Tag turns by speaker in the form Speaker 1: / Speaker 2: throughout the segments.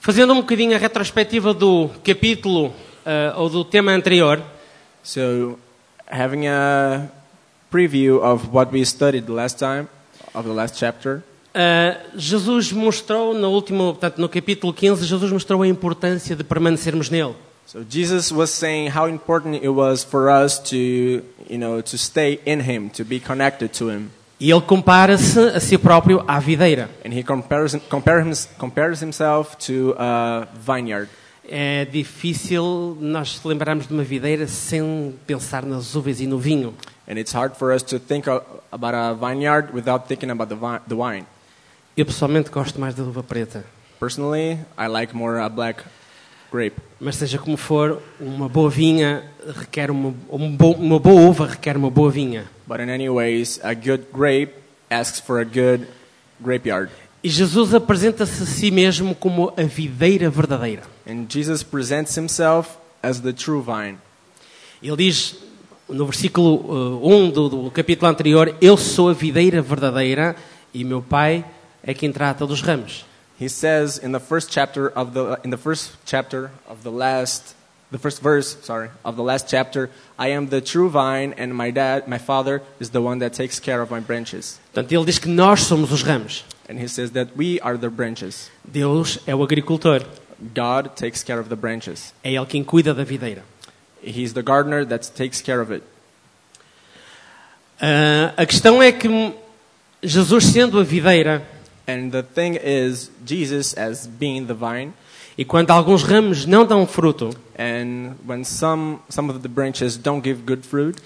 Speaker 1: Fazendo um bocadinho a retrospectiva do capítulo eh, ou do tema anterior,
Speaker 2: So, having a preview of what we studied the last time, of the last chapter,
Speaker 1: eh, Jesus mostrou no último, portanto, no capítulo 15, Jesus mostrou a importância de permanecermos nele.
Speaker 2: so Jesus was saying how important it was for us to, you know, to stay in Him, to be connected to Him,
Speaker 1: E ele compara-se a si próprio à videira.
Speaker 2: and He compares compare him, compares Himself to a vineyard.
Speaker 1: É difícil nós se lembrarmos de uma videira sem pensar nas uvas e no vinho.
Speaker 2: And it's hard for us to think o- about a vineyard without thinking about the, vi- the wine.
Speaker 1: Eu pessoalmente gosto mais da uva preta.
Speaker 2: Personally, I like more a black grape.
Speaker 1: Mas seja como for, uma boa vinha requer uma, um bo- uma boa uva requer uma boa vinha.
Speaker 2: But in any ways, a good grape asks for a good grapeyard.
Speaker 1: E Jesus apresenta-se a si mesmo como a videira verdadeira.
Speaker 2: And Jesus presents himself as the true vine.
Speaker 1: Ele diz no versículo 1 do, do capítulo anterior: Eu sou a videira verdadeira e meu pai é quem trata dos ramos.
Speaker 2: He says in the first chapter of the in the first chapter of the last the first verse, sorry, of the last chapter, I am the true vine and my dad, my father is the one that takes care of my branches.
Speaker 1: Portanto, ele diz que nós somos os ramos.
Speaker 2: And he says that we are the branches.
Speaker 1: Deus é o agricultor.
Speaker 2: God takes care of the branches.
Speaker 1: É ele quem cuida da videira.
Speaker 2: He's the gardener that takes care of it.
Speaker 1: Ah, a questão é que hum, Jesus, sendo a videira,
Speaker 2: And the thing is Jesus as being the vine
Speaker 1: E quando alguns ramos não dão fruto,
Speaker 2: and when some some of the branches don't give good fruit,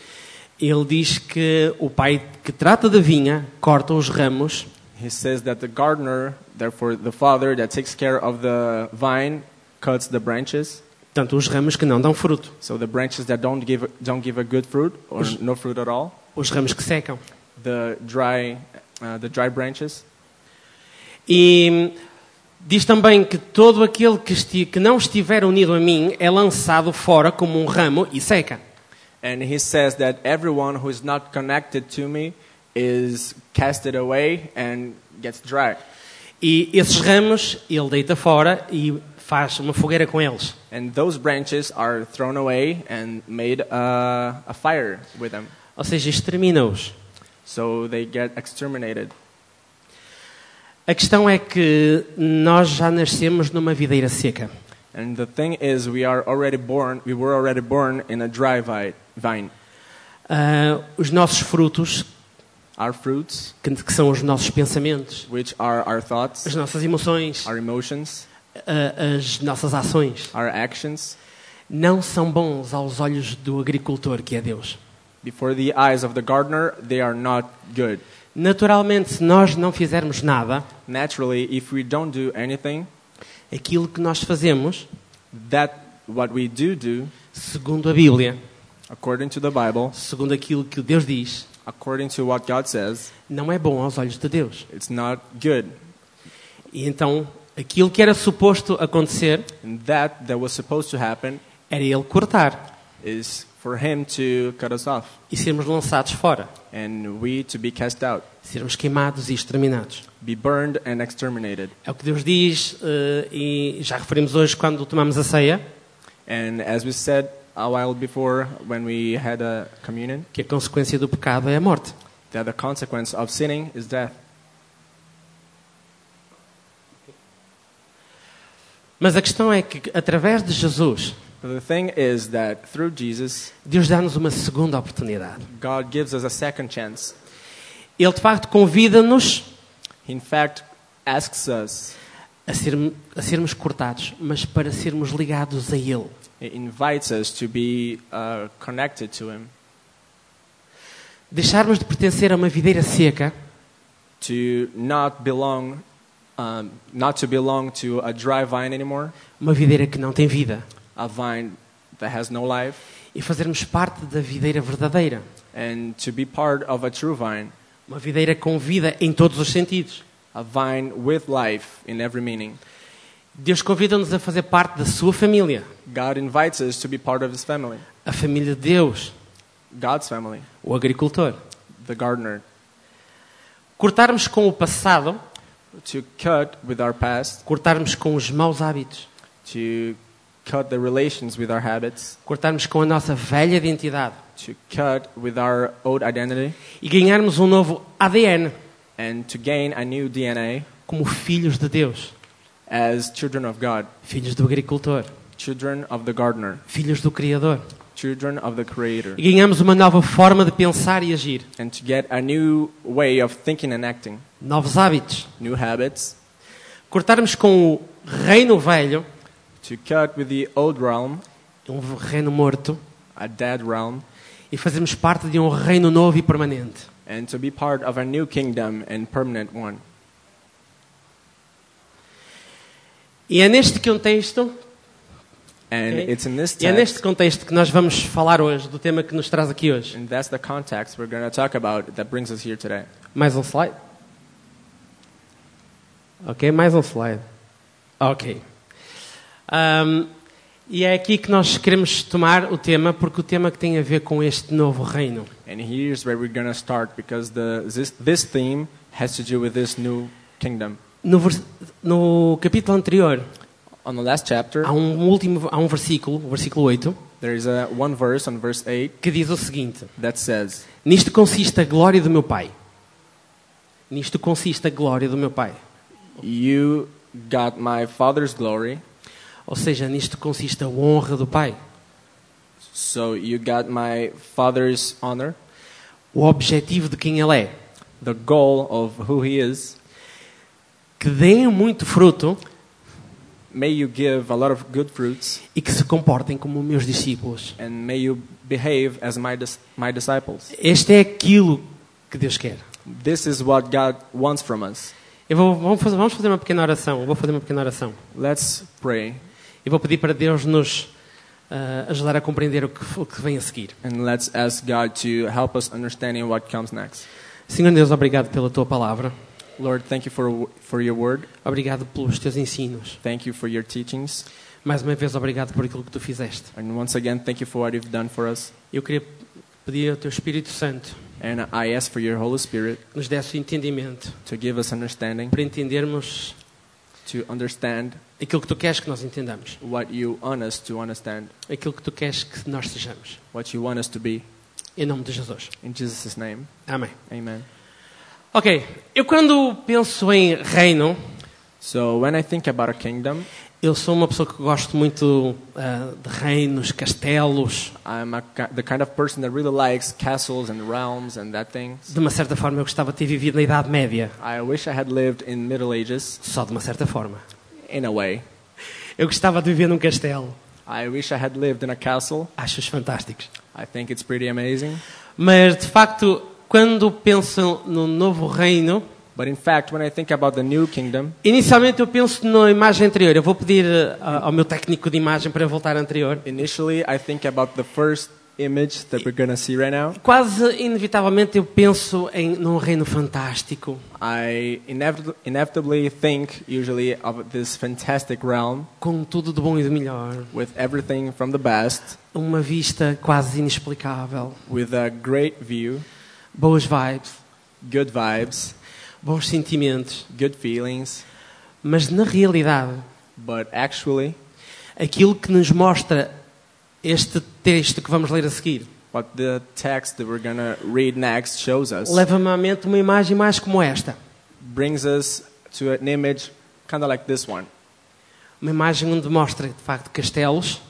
Speaker 1: ele diz que o pai que trata da vinha corta os ramos
Speaker 2: He says that the gardener, therefore the father that takes care of the vine, cuts the branches.
Speaker 1: Portanto, os ramos que não dão fruto,
Speaker 2: So the branches that don't give, don't give a good fruit or no fruit at all,
Speaker 1: os ramos que secam.
Speaker 2: the dry, uh, the dry branches.
Speaker 1: E diz também que todo aquele que, esti- que não estiver unido a mim é lançado fora como um ramo e seca.
Speaker 2: And he says that everyone who is not connected to me is casted away and gets dry.
Speaker 1: E esses ramos ele deita fora e faz uma fogueira com eles.
Speaker 2: And those branches are thrown away and made uh, a fire with them.
Speaker 1: Ou seja, extermina-os.
Speaker 2: So they get exterminated.
Speaker 1: A questão é que nós já nascemos numa videira seca.
Speaker 2: And the thing is, we are already born. We were already born in a dry vi- vine.
Speaker 1: Ah, os nossos frutos
Speaker 2: Our fruits,
Speaker 1: que, que são os nossos pensamentos,
Speaker 2: which are our
Speaker 1: as
Speaker 2: thoughts,
Speaker 1: nossas emoções,
Speaker 2: our emotions,
Speaker 1: a- as nossas ações,
Speaker 2: our actions,
Speaker 1: não são bons aos olhos do agricultor, que é Deus.
Speaker 2: before the eyes of the gardener, they are not good.
Speaker 1: Naturalmente, se nós não fizermos nada,
Speaker 2: Naturally, if we don't do anything,
Speaker 1: aquilo que nós fazemos,
Speaker 2: that what we do do,
Speaker 1: segundo a Bíblia,
Speaker 2: according to the Bible,
Speaker 1: segundo aquilo que Deus diz,
Speaker 2: according to what God says,
Speaker 1: não é bom aos olhos de Deus.
Speaker 2: it's not good.
Speaker 1: E então, aquilo que era suposto acontecer
Speaker 2: And that that was supposed to happen
Speaker 1: era ele cortar
Speaker 2: is for him to cut us off
Speaker 1: e sermos lançados fora,
Speaker 2: and we to be cast out,
Speaker 1: sermos queimados e exterminados.
Speaker 2: be burned and exterminated.
Speaker 1: É o que Deus diz, eh, e já referimos hoje quando tomamos a ceia,
Speaker 2: And as we said a while before when we had a communion,
Speaker 1: que a consequência do pecado é a morte.
Speaker 2: that the consequence of sinning is death.
Speaker 1: Mas a questão é que, através de Jesus,
Speaker 2: But the thing is that through Jesus,
Speaker 1: Deus dá-nos uma segunda oportunidade.
Speaker 2: God gives us a second chance.
Speaker 1: Ele, de facto, convida-nos
Speaker 2: He, in fact, asks us,
Speaker 1: a, serm- a sermos cortados, mas para sermos ligados a Ele.
Speaker 2: He invites us to be uh, connected to Him,
Speaker 1: Deixarmos de pertencer a uma videira seca
Speaker 2: to not belong, um, not to belong to a dry vine anymore,
Speaker 1: uma videira que não tem vida
Speaker 2: a vine that has no life,
Speaker 1: e fazermos parte da videira verdadeira.
Speaker 2: and to be part of a true vine,
Speaker 1: Uma videira com vida em todos os sentidos.
Speaker 2: a vine with life in every meaning.
Speaker 1: Deus convida-nos a fazer parte da sua família,
Speaker 2: God invites us to be part of His family,
Speaker 1: a família de Deus,
Speaker 2: God's family,
Speaker 1: o agricultor.
Speaker 2: the gardener.
Speaker 1: Cortarmos com o passado
Speaker 2: to cut with our past,
Speaker 1: cortarmos com os maus hábitos,
Speaker 2: to cut the relations with our habits,
Speaker 1: cortarmos com a nossa velha identidade
Speaker 2: to cut with our old identity,
Speaker 1: e ganharmos um novo ADN
Speaker 2: and to gain a new DNA
Speaker 1: como filhos de Deus,
Speaker 2: as children of God,
Speaker 1: filhos do agricultor,
Speaker 2: children of the gardener,
Speaker 1: filhos do Criador.
Speaker 2: children of the Creator,
Speaker 1: E ganhamos uma nova forma de pensar e agir,
Speaker 2: and to get a new way of thinking and acting,
Speaker 1: novos hábitos.
Speaker 2: new habits,
Speaker 1: Cortarmos com o reino velho,
Speaker 2: to cut with the old realm,
Speaker 1: um reino morto,
Speaker 2: a dead realm,
Speaker 1: e fazermos parte de um reino novo e permanente.
Speaker 2: and to be part of a new kingdom and permanent one.
Speaker 1: E é neste contexto,
Speaker 2: And
Speaker 1: Okay.
Speaker 2: it's in this
Speaker 1: e é
Speaker 2: text,
Speaker 1: neste contexto que nós vamos falar hoje do tema que nos traz aqui hoje.
Speaker 2: and that's the context we're going to talk about that brings us here today.
Speaker 1: Mais um slide. Ok, mais um slide. Ok. Ahm, e é aqui que nós queremos tomar o tema, porque o tema que tem a ver com este novo reino.
Speaker 2: And here's where we're going to start because the, this, this theme has to do with this new kingdom.
Speaker 1: No, vers- no capítulo anterior,
Speaker 2: On the last chapter,
Speaker 1: há um último, há um versículo, o versículo 8,
Speaker 2: there is a, one verse on verse 8
Speaker 1: que diz o seguinte:
Speaker 2: that says,
Speaker 1: Nisto consiste a glória do meu Pai. Nisto consiste a glória do meu Pai.
Speaker 2: You got my Father's glory,
Speaker 1: Ou seja, nisto consiste a honra do Pai.
Speaker 2: so you got my Father's honor,
Speaker 1: O objetivo de quem Ele é.
Speaker 2: the goal of who He is.
Speaker 1: Que deem muito fruto
Speaker 2: May you give a lot of good fruits,
Speaker 1: e que se comportem como meus discípulos.
Speaker 2: and may you behave as my, dis- my disciples.
Speaker 1: Este é aquilo que Deus quer.
Speaker 2: This is what God wants from us.
Speaker 1: Eu vou, vamos, fazer, vamos fazer uma pequena oração. Eu vou fazer uma pequena oração.
Speaker 2: Let's pray
Speaker 1: E vou pedir para Deus nos ah, ajudar a compreender o que, o que vem a seguir.
Speaker 2: and let's ask God to help us understanding what comes next.
Speaker 1: Senhor Deus, obrigado pela tua palavra.
Speaker 2: Lord, thank you for, for your word.
Speaker 1: Obrigado pelos teus ensinos.
Speaker 2: Thank you for your teachings.
Speaker 1: Mais uma vez, obrigado por aquilo que tu fizeste.
Speaker 2: And once again, thank you for what you've done for us.
Speaker 1: Eu queria pedir ao teu Espírito Santo
Speaker 2: And I ask for your Holy Spirit
Speaker 1: que nos desse o entendimento
Speaker 2: to give us understanding,
Speaker 1: para entendermos
Speaker 2: to understand
Speaker 1: aquilo que tu queres que nós entendamos,
Speaker 2: what you want us to understand,
Speaker 1: aquilo que tu queres que nós sejamos.
Speaker 2: what you want us to be.
Speaker 1: Em nome de Jesus.
Speaker 2: In Jesus' name,
Speaker 1: Amém.
Speaker 2: amen.
Speaker 1: Ok, eu quando penso em reino,
Speaker 2: So, when I think about a kingdom,
Speaker 1: eu sou uma pessoa que gosto muito ah, de reinos, castelos.
Speaker 2: I'm a, ki- the kind of person that really likes castles and realms and that things.
Speaker 1: De uma certa forma, eu gostava de ter vivido na Idade Média.
Speaker 2: I wish I had lived in Middle Ages,
Speaker 1: Só de uma certa forma.
Speaker 2: in a way.
Speaker 1: Eu gostava de viver num castelo.
Speaker 2: I wish I had lived in a castle.
Speaker 1: Acho-os fantásticos.
Speaker 2: I think it's pretty amazing.
Speaker 1: Mas, de facto, quando penso no novo reino,
Speaker 2: But in fact, when I think about the new kingdom,
Speaker 1: inicialmente eu penso na imagem anterior. Eu vou pedir ah, ao meu técnico de imagem para voltar à anterior.
Speaker 2: initially I think about the first image that we're gonna see right now.
Speaker 1: Quase inevitavelmente eu penso em num reino fantástico,
Speaker 2: I inevit- inevitably think usually of this fantastic realm
Speaker 1: com tudo de bom e de melhor.
Speaker 2: with everything from the best,
Speaker 1: Uma vista quase inexplicável.
Speaker 2: with a great view,
Speaker 1: Boas vibes,
Speaker 2: good vibes,
Speaker 1: bons sentimentos.
Speaker 2: good feelings,
Speaker 1: Mas na realidade,
Speaker 2: but actually
Speaker 1: aquilo que nos mostra este texto que vamos ler a seguir
Speaker 2: what the text that we're going to read next shows us
Speaker 1: leva-me à mente uma imagem mais como esta.
Speaker 2: brings us to an image kind of like this one,
Speaker 1: Uma imagem onde mostra, de facto, castelos.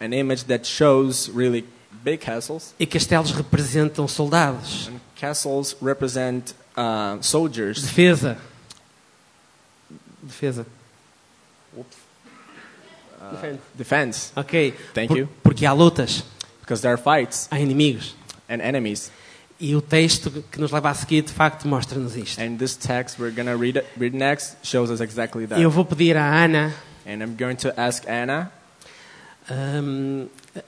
Speaker 2: an image that shows really big castles,
Speaker 1: E castelos representam soldados,
Speaker 2: and castles represent uh, soldiers.
Speaker 1: defesa. Defesa. Defende.
Speaker 2: Defense,
Speaker 1: Ok.
Speaker 2: Ah. Thank you.
Speaker 1: Porque há lutas,
Speaker 2: because there are fights
Speaker 1: há inimigos.
Speaker 2: and enemies.
Speaker 1: E o texto que nos leva a seguir, de facto, mostra-nos isto.
Speaker 2: And this text we're going to read, read next shows us exactly that.
Speaker 1: Eu vou pedir à Ana,
Speaker 2: And I'm going to ask Anna,
Speaker 1: hum,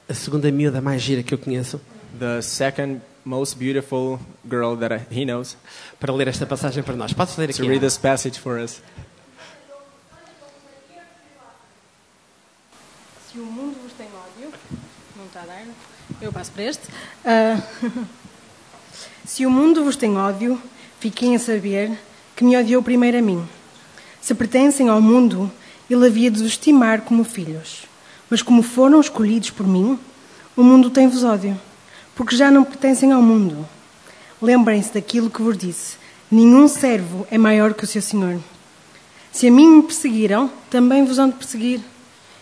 Speaker 1: a segunda miúda mais gira que eu conheço,
Speaker 2: the second most beautiful girl that I, he knows,
Speaker 1: para ler esta passagem para nós. Podes ler aqui?
Speaker 2: to read
Speaker 1: Ana?
Speaker 2: this passage for us.
Speaker 3: Se o mundo vos tem ódio, não está a dar,
Speaker 4: né?
Speaker 3: eu passo para este. Ah, se o mundo vos tem ódio, fiquem a saber que me odiou primeiro a mim.
Speaker 4: Se pertencem ao mundo, ele havia de os estimar como filhos. Mas como foram escolhidos por mim, o mundo tem-vos ódio, porque já não pertencem ao mundo. Lembrem-se daquilo que vos disse: nenhum servo é maior que o seu senhor. Se a mim me perseguiram, também vos hão de perseguir.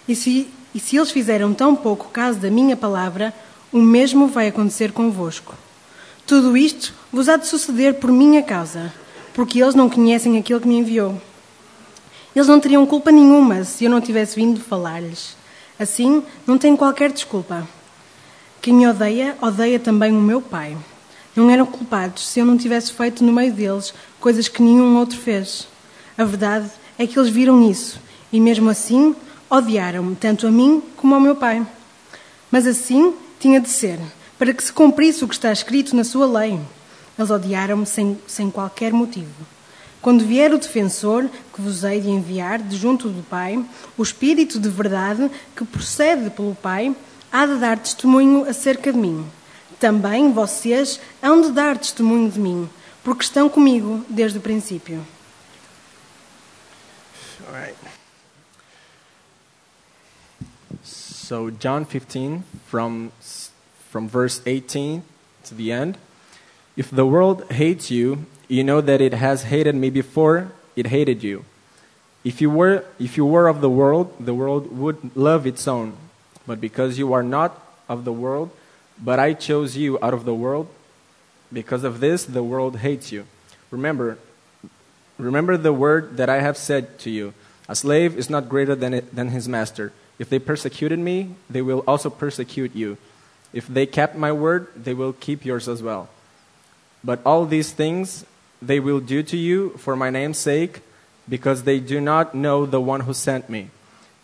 Speaker 4: E se, e se eles fizeram tão pouco caso da minha palavra, o mesmo vai acontecer convosco. Tudo isto vos há de suceder por minha causa, porque eles não conhecem aquele que me enviou. Eles não teriam culpa nenhuma se eu não tivesse vindo falar-lhes. Assim, não têm qualquer desculpa. Quem me odeia, odeia também o meu pai. Não eram culpados se eu não tivesse feito no meio deles coisas que nenhum outro fez. A verdade é que eles viram isso e, mesmo assim, odiaram-me, tanto a mim como ao meu pai. Mas assim tinha de ser, para que se cumprisse o que está escrito na sua lei. Eles odiaram-me sem, sem qualquer motivo. Quando vier o defensor que vos hei de enviar de junto do Pai, o Espírito de verdade que procede pelo Pai, há de dar testemunho acerca de mim. Também vocês hão de dar testemunho de mim, porque estão comigo desde o princípio.
Speaker 2: All right. So John 15 from s- from verse 18 to the end. If the world hates you, you know that it has hated me before it hated you. If you were if you were of the world, the world would love its own. But because you are not of the world, but I chose you out of the world, because of this the world hates you. Remember, Remember the word that I have said to you A slave is not greater than, it, than his master. If they persecuted me, they will also persecute you. If they kept my word, they will keep yours as well. But all these things they will do to you for my name's sake, because they do not know the one who sent me.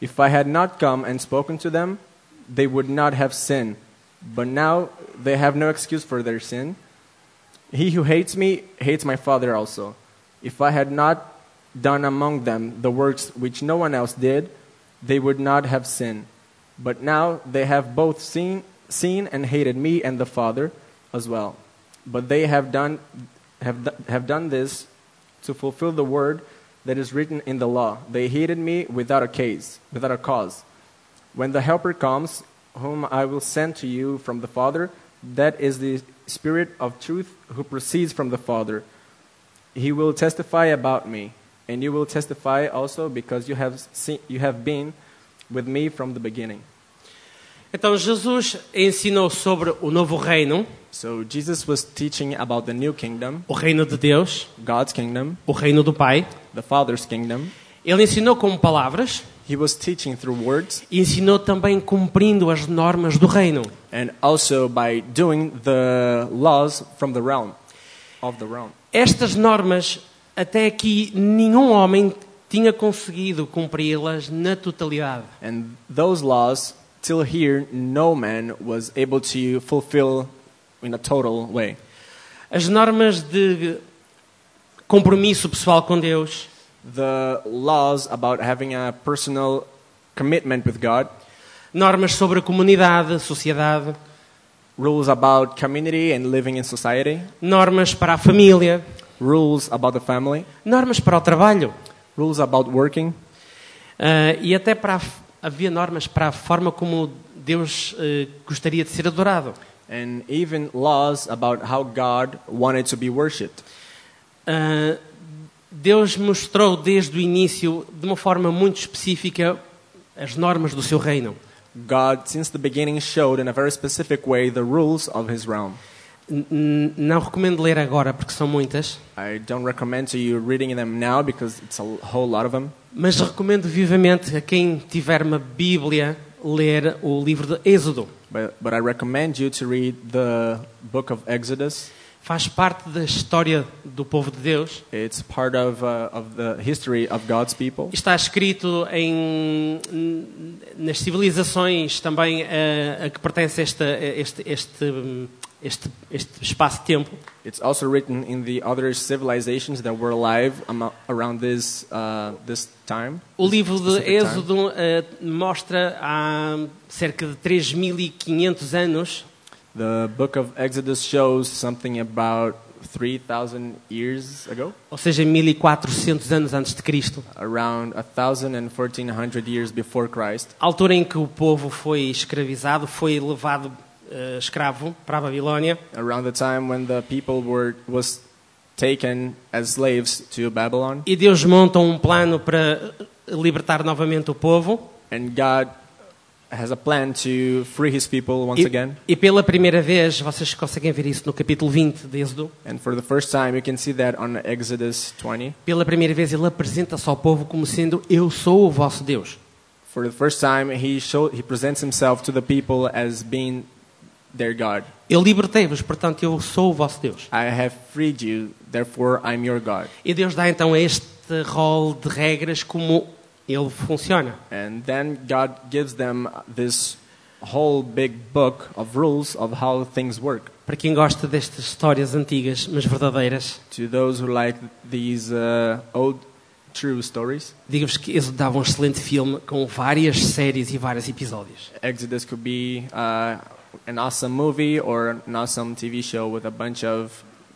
Speaker 2: If I had not come and spoken to them, they would not have sinned. But now they have no excuse for their sin. He who hates me hates my Father also. If I had not done among them the works which no one else did, they would not have sinned. But now they have both seen, seen and hated me and the Father as well. But they have done, have, do- have done this to fulfill the word that is written in the law. They hated me without a case, without a cause. When the Helper comes, whom I will send to you from the Father, that is the Spirit of truth who proceeds from the Father. He will testify about me, and you will testify also because you have, seen, you have been with me from the beginning.
Speaker 1: Então Jesus ensinou sobre o novo reino,
Speaker 2: So Jesus was teaching about the new kingdom,
Speaker 1: o reino de Deus,
Speaker 2: God's kingdom,
Speaker 1: o reino do Pai.
Speaker 2: the Father's kingdom.
Speaker 1: Ele ensinou com palavras
Speaker 2: He was teaching through words
Speaker 1: e ensinou também cumprindo as normas do reino.
Speaker 2: and also by doing the laws from the realm of the realm.
Speaker 1: Estas normas, até aqui, nenhum homem tinha conseguido cumpri-las na totalidade.
Speaker 2: And those laws, till here, no man was able to fulfill in a total way.
Speaker 1: As normas de compromisso pessoal com Deus,
Speaker 2: The laws about having a personal commitment with God,
Speaker 1: normas sobre a comunidade, sociedade,
Speaker 2: rules about community and living in society,
Speaker 1: normas para a família,
Speaker 2: rules about the family,
Speaker 1: normas para o trabalho
Speaker 2: rules about working,
Speaker 1: ah, e até para a f- havia normas para a forma como Deus eh, gostaria de ser adorado.
Speaker 2: and even laws about how God wanted to be worshipped.
Speaker 1: Ah, Deus mostrou desde o início, de uma forma muito específica, as normas do seu reino.
Speaker 2: God, since the beginning, showed in a very specific way the rules of his realm.
Speaker 1: N- n- Não recomendo ler agora porque são muitas,
Speaker 2: I don't recommend to you reading them now because it's a whole lot of them.
Speaker 1: mas recomendo vivamente a quem tiver uma Bíblia ler o livro de Êxodo.
Speaker 2: But, but I recommend you to read the book of Exodus.
Speaker 1: Faz parte da história do povo de Deus.
Speaker 2: It's part of, uh, of the history of God's people.
Speaker 1: Está escrito em, n- nas civilizações também eh, a, que pertence esta- este, este, hum, este, este espaço-tempo.
Speaker 2: It's also written in the other civilizations that were alive amo- around this, uh, this time.
Speaker 1: O livro de
Speaker 2: Specific time.
Speaker 1: Êxodo eh, mostra há cerca de 3.500 anos
Speaker 2: The book of Exodus shows something about 3,000 years ago,
Speaker 1: ou seja, 1400 anos antes de Cristo,
Speaker 2: around 1,000 and 1,400 years before Christ,
Speaker 1: a altura em que o povo foi escravizado, foi levado eh, escravo para a Babilónia,
Speaker 2: around the time when the people were was taken as slaves to Babylon,
Speaker 1: e Deus monta um plano para eh, libertar novamente o povo.
Speaker 2: and God has a plan to free His people once
Speaker 1: E,
Speaker 2: again.
Speaker 1: e pela primeira vez, vocês conseguem ver isso no capítulo 20 de Êxodo,
Speaker 2: And for the first time, you can see that on Exodus 20.
Speaker 1: pela primeira vez ele apresenta-se ao povo como sendo eu sou o vosso Deus.
Speaker 2: For the first time, He show, He presents Himself to the people as being their God.
Speaker 1: Eu libertei-vos, portanto eu sou o vosso Deus.
Speaker 2: I have freed you, therefore I'm your God.
Speaker 1: E Deus dá então este rol de regras como ele funciona.
Speaker 2: And then God gives them this whole big book of rules of how things work.
Speaker 1: Para quem gosta destas histórias antigas, mas verdadeiras,
Speaker 2: To those who like these uh, old true stories,
Speaker 1: digo-vos que Êxodo dava um excelente filme com várias séries e vários episódios.
Speaker 2: Exodus could be uh, an awesome movie or an awesome TV show with a bunch of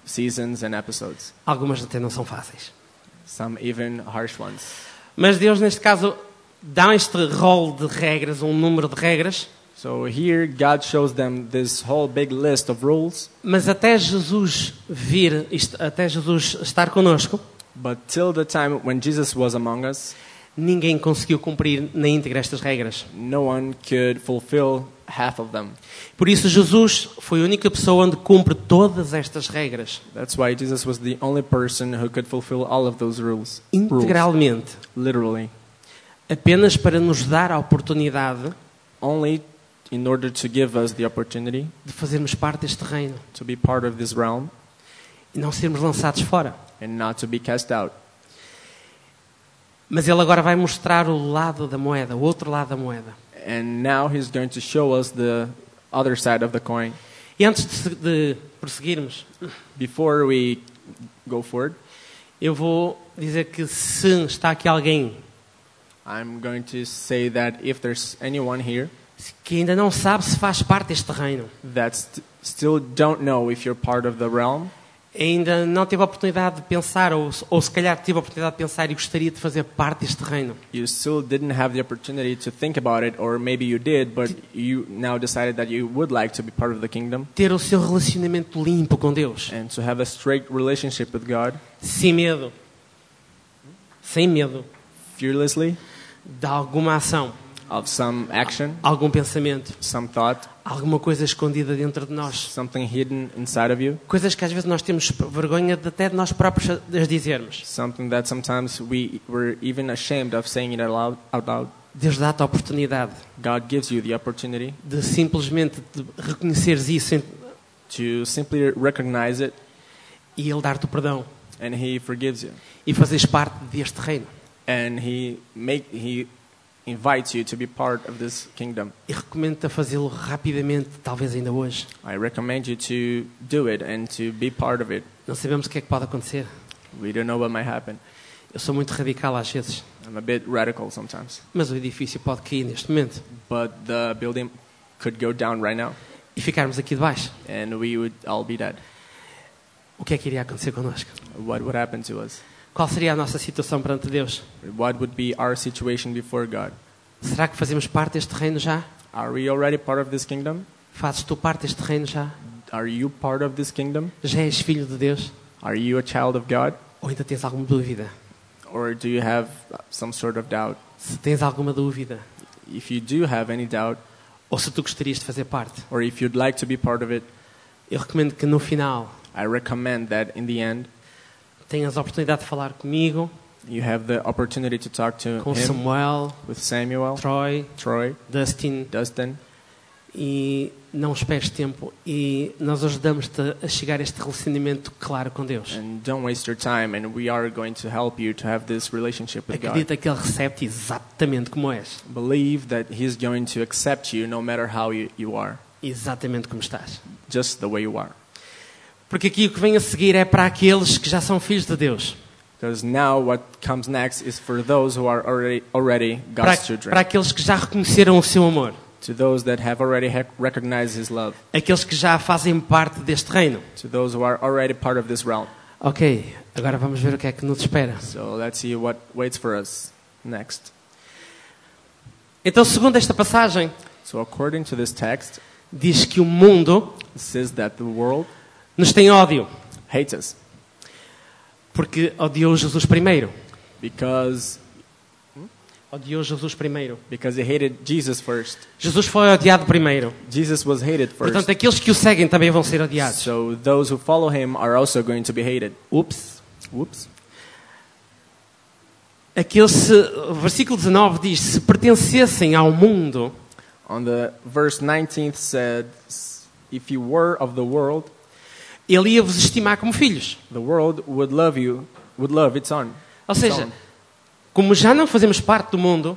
Speaker 2: seasons and episodes.
Speaker 1: Algumas até não são fáceis.
Speaker 2: Some even harsh ones.
Speaker 1: Mas Deus, neste caso, dá este rol de regras, um número de regras,
Speaker 2: So here, God shows them this whole big list of rules,
Speaker 1: mas até Jesus vir, isto- até Jesus estar connosco,
Speaker 2: but till the time when Jesus was among us,
Speaker 1: ninguém conseguiu cumprir na íntegra estas regras.
Speaker 2: no one could fulfill half of them.
Speaker 1: Por isso, Jesus foi a única pessoa onde cumpre todas estas regras,
Speaker 2: That's why Jesus was the only person who could fulfill all of those rules. Rules,
Speaker 1: integralmente,
Speaker 2: literally.
Speaker 1: apenas para nos dar a oportunidade
Speaker 2: Only in order to give us the opportunity
Speaker 1: de fazermos parte deste reino
Speaker 2: to be part of this realm
Speaker 1: e não sermos lançados fora.
Speaker 2: and not to be cast out.
Speaker 1: Mas ele agora vai mostrar o lado da moeda, o outro lado da moeda.
Speaker 2: And now he's going to show us the other side of the coin.
Speaker 1: E antes de, se- de prosseguirmos,
Speaker 2: Before we go forward,
Speaker 1: eu vou dizer que se está aqui alguém
Speaker 2: I'm going to say that if there's anyone here
Speaker 1: que ainda não sabe se faz parte deste reino,
Speaker 2: that st- still don't know if you're part of the realm
Speaker 1: ainda não teve a oportunidade de pensar, ou, se- ou se calhar teve a oportunidade de pensar e gostaria de fazer parte deste reino,
Speaker 2: you still didn't have the opportunity to think about it, or maybe you did, but you now decided that you would like to be part of the kingdom
Speaker 1: ter o seu relacionamento limpo com Deus,
Speaker 2: and to have a straight relationship with God
Speaker 1: sem medo, sem medo
Speaker 2: fearlessly
Speaker 1: de alguma ação,
Speaker 2: of some action,
Speaker 1: algum pensamento,
Speaker 2: some thought,
Speaker 1: alguma coisa escondida dentro de nós.
Speaker 2: something hidden inside of you,
Speaker 1: Coisas que às vezes nós temos vergonha de até de nós próprios as dizermos.
Speaker 2: something that sometimes we were even ashamed of saying it aloud, out loud.
Speaker 1: Deus dá-te a oportunidade
Speaker 2: God gives you the opportunity
Speaker 1: de simplesmente de reconheceres isso em-
Speaker 2: to simply recognize it,
Speaker 1: e Ele dar-te o perdão
Speaker 2: and He forgives you,
Speaker 1: e fazeres parte deste reino
Speaker 2: and He make He invites you to be part of this kingdom.
Speaker 1: e recomendo-te a fazê-lo rapidamente, talvez ainda hoje.
Speaker 2: I recommend you to do it and to be part of it.
Speaker 1: Não sabemos o que é que pode acontecer.
Speaker 2: We don't know what might happen.
Speaker 1: Eu sou muito radical às vezes,
Speaker 2: I'm a bit radical sometimes,
Speaker 1: mas o edifício pode cair neste momento
Speaker 2: but the building could go down right now,
Speaker 1: e ficarmos aqui debaixo.
Speaker 2: and we would all be dead.
Speaker 1: O que é que iria acontecer connosco?
Speaker 2: What would happen to us?
Speaker 1: Qual seria a nossa situação perante Deus?
Speaker 2: What would be our situation before God?
Speaker 1: Será que fazemos parte deste reino já?
Speaker 2: Are we already part of this kingdom?
Speaker 1: Fazes tu parte deste reino já?
Speaker 2: Are you part of this kingdom?
Speaker 1: Já és filho de Deus?
Speaker 2: Are you a child of God?
Speaker 1: Ou ainda tens alguma dúvida?
Speaker 2: Or do you have some sort of doubt?
Speaker 1: Se tens alguma dúvida,
Speaker 2: If you do have any doubt,
Speaker 1: ou se tu gostarias de fazer parte,
Speaker 2: or if you'd like to be part of it,
Speaker 1: eu recomendo que no final
Speaker 2: I recommend that in the end,
Speaker 1: tenhas a oportunidade de falar comigo,
Speaker 2: you have the opportunity to talk to
Speaker 1: com
Speaker 2: him
Speaker 1: Samuel,
Speaker 2: with Samuel,
Speaker 1: Troy,
Speaker 2: Troy,
Speaker 1: Dustin,
Speaker 2: Dustin,
Speaker 1: e não esperes tempo. E nós ajudamos-te a chegar a este relacionamento claro com Deus.
Speaker 2: and don't waste your time. And we are going to help you to have this relationship with God.
Speaker 1: Acredita que Ele recebe-te exatamente como és,
Speaker 2: Believe that He's going to accept you no matter how you, you are,
Speaker 1: exatamente como estás.
Speaker 2: just the way you are.
Speaker 1: Porque aqui o que vem a seguir é para aqueles que já são filhos de Deus,
Speaker 2: Because now what comes next is for those who are already, already
Speaker 1: para,
Speaker 2: God's children,
Speaker 1: para aqueles que já reconheceram o seu amor.
Speaker 2: to those that have already hec- recognized his love,
Speaker 1: Aqueles que já fazem parte deste reino.
Speaker 2: to those who are already part of this realm.
Speaker 1: Ok, agora vamos ver o que é que nos espera.
Speaker 2: So let's see what waits for us next.
Speaker 1: Então, segundo esta passagem,
Speaker 2: So according to this text,
Speaker 1: diz que o mundo
Speaker 2: it says that the world
Speaker 1: nos tem ódio,
Speaker 2: hates us
Speaker 1: porque odiou Jesus primeiro.
Speaker 2: because
Speaker 1: Odiou Jesus primeiro.
Speaker 2: because they hated Jesus first.
Speaker 1: Jesus foi odiado primeiro.
Speaker 2: Jesus was hated
Speaker 1: Portanto,
Speaker 2: first.
Speaker 1: aqueles que o seguem também vão ser odiados.
Speaker 2: So those who follow him are also going to be hated.
Speaker 1: Ups.
Speaker 2: Whoops.
Speaker 1: Aquele se, o versículo 19 diz: Se pertencessem ao mundo,
Speaker 2: On the verse 19 said, "If you were of the world,
Speaker 1: ele ia vos estimar como filhos.
Speaker 2: the world would love you, would love its own."
Speaker 1: Ou
Speaker 2: its
Speaker 1: seja,
Speaker 2: own.
Speaker 1: como já não fazemos parte do mundo,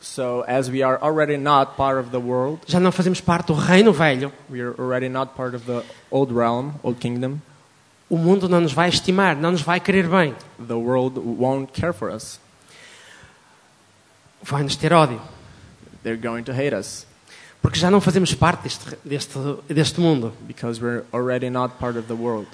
Speaker 2: so as we are already not part of the world,
Speaker 1: já não fazemos parte do reino velho,
Speaker 2: we are already not part of the old realm, old kingdom.
Speaker 1: o mundo não nos vai estimar, não nos vai querer bem.
Speaker 2: The world won't care for us.
Speaker 1: Vai nos ter ódio.
Speaker 2: They're going to hate us
Speaker 1: Porque já não fazemos parte deste, deste, deste mundo.
Speaker 2: because we're already not part of the world.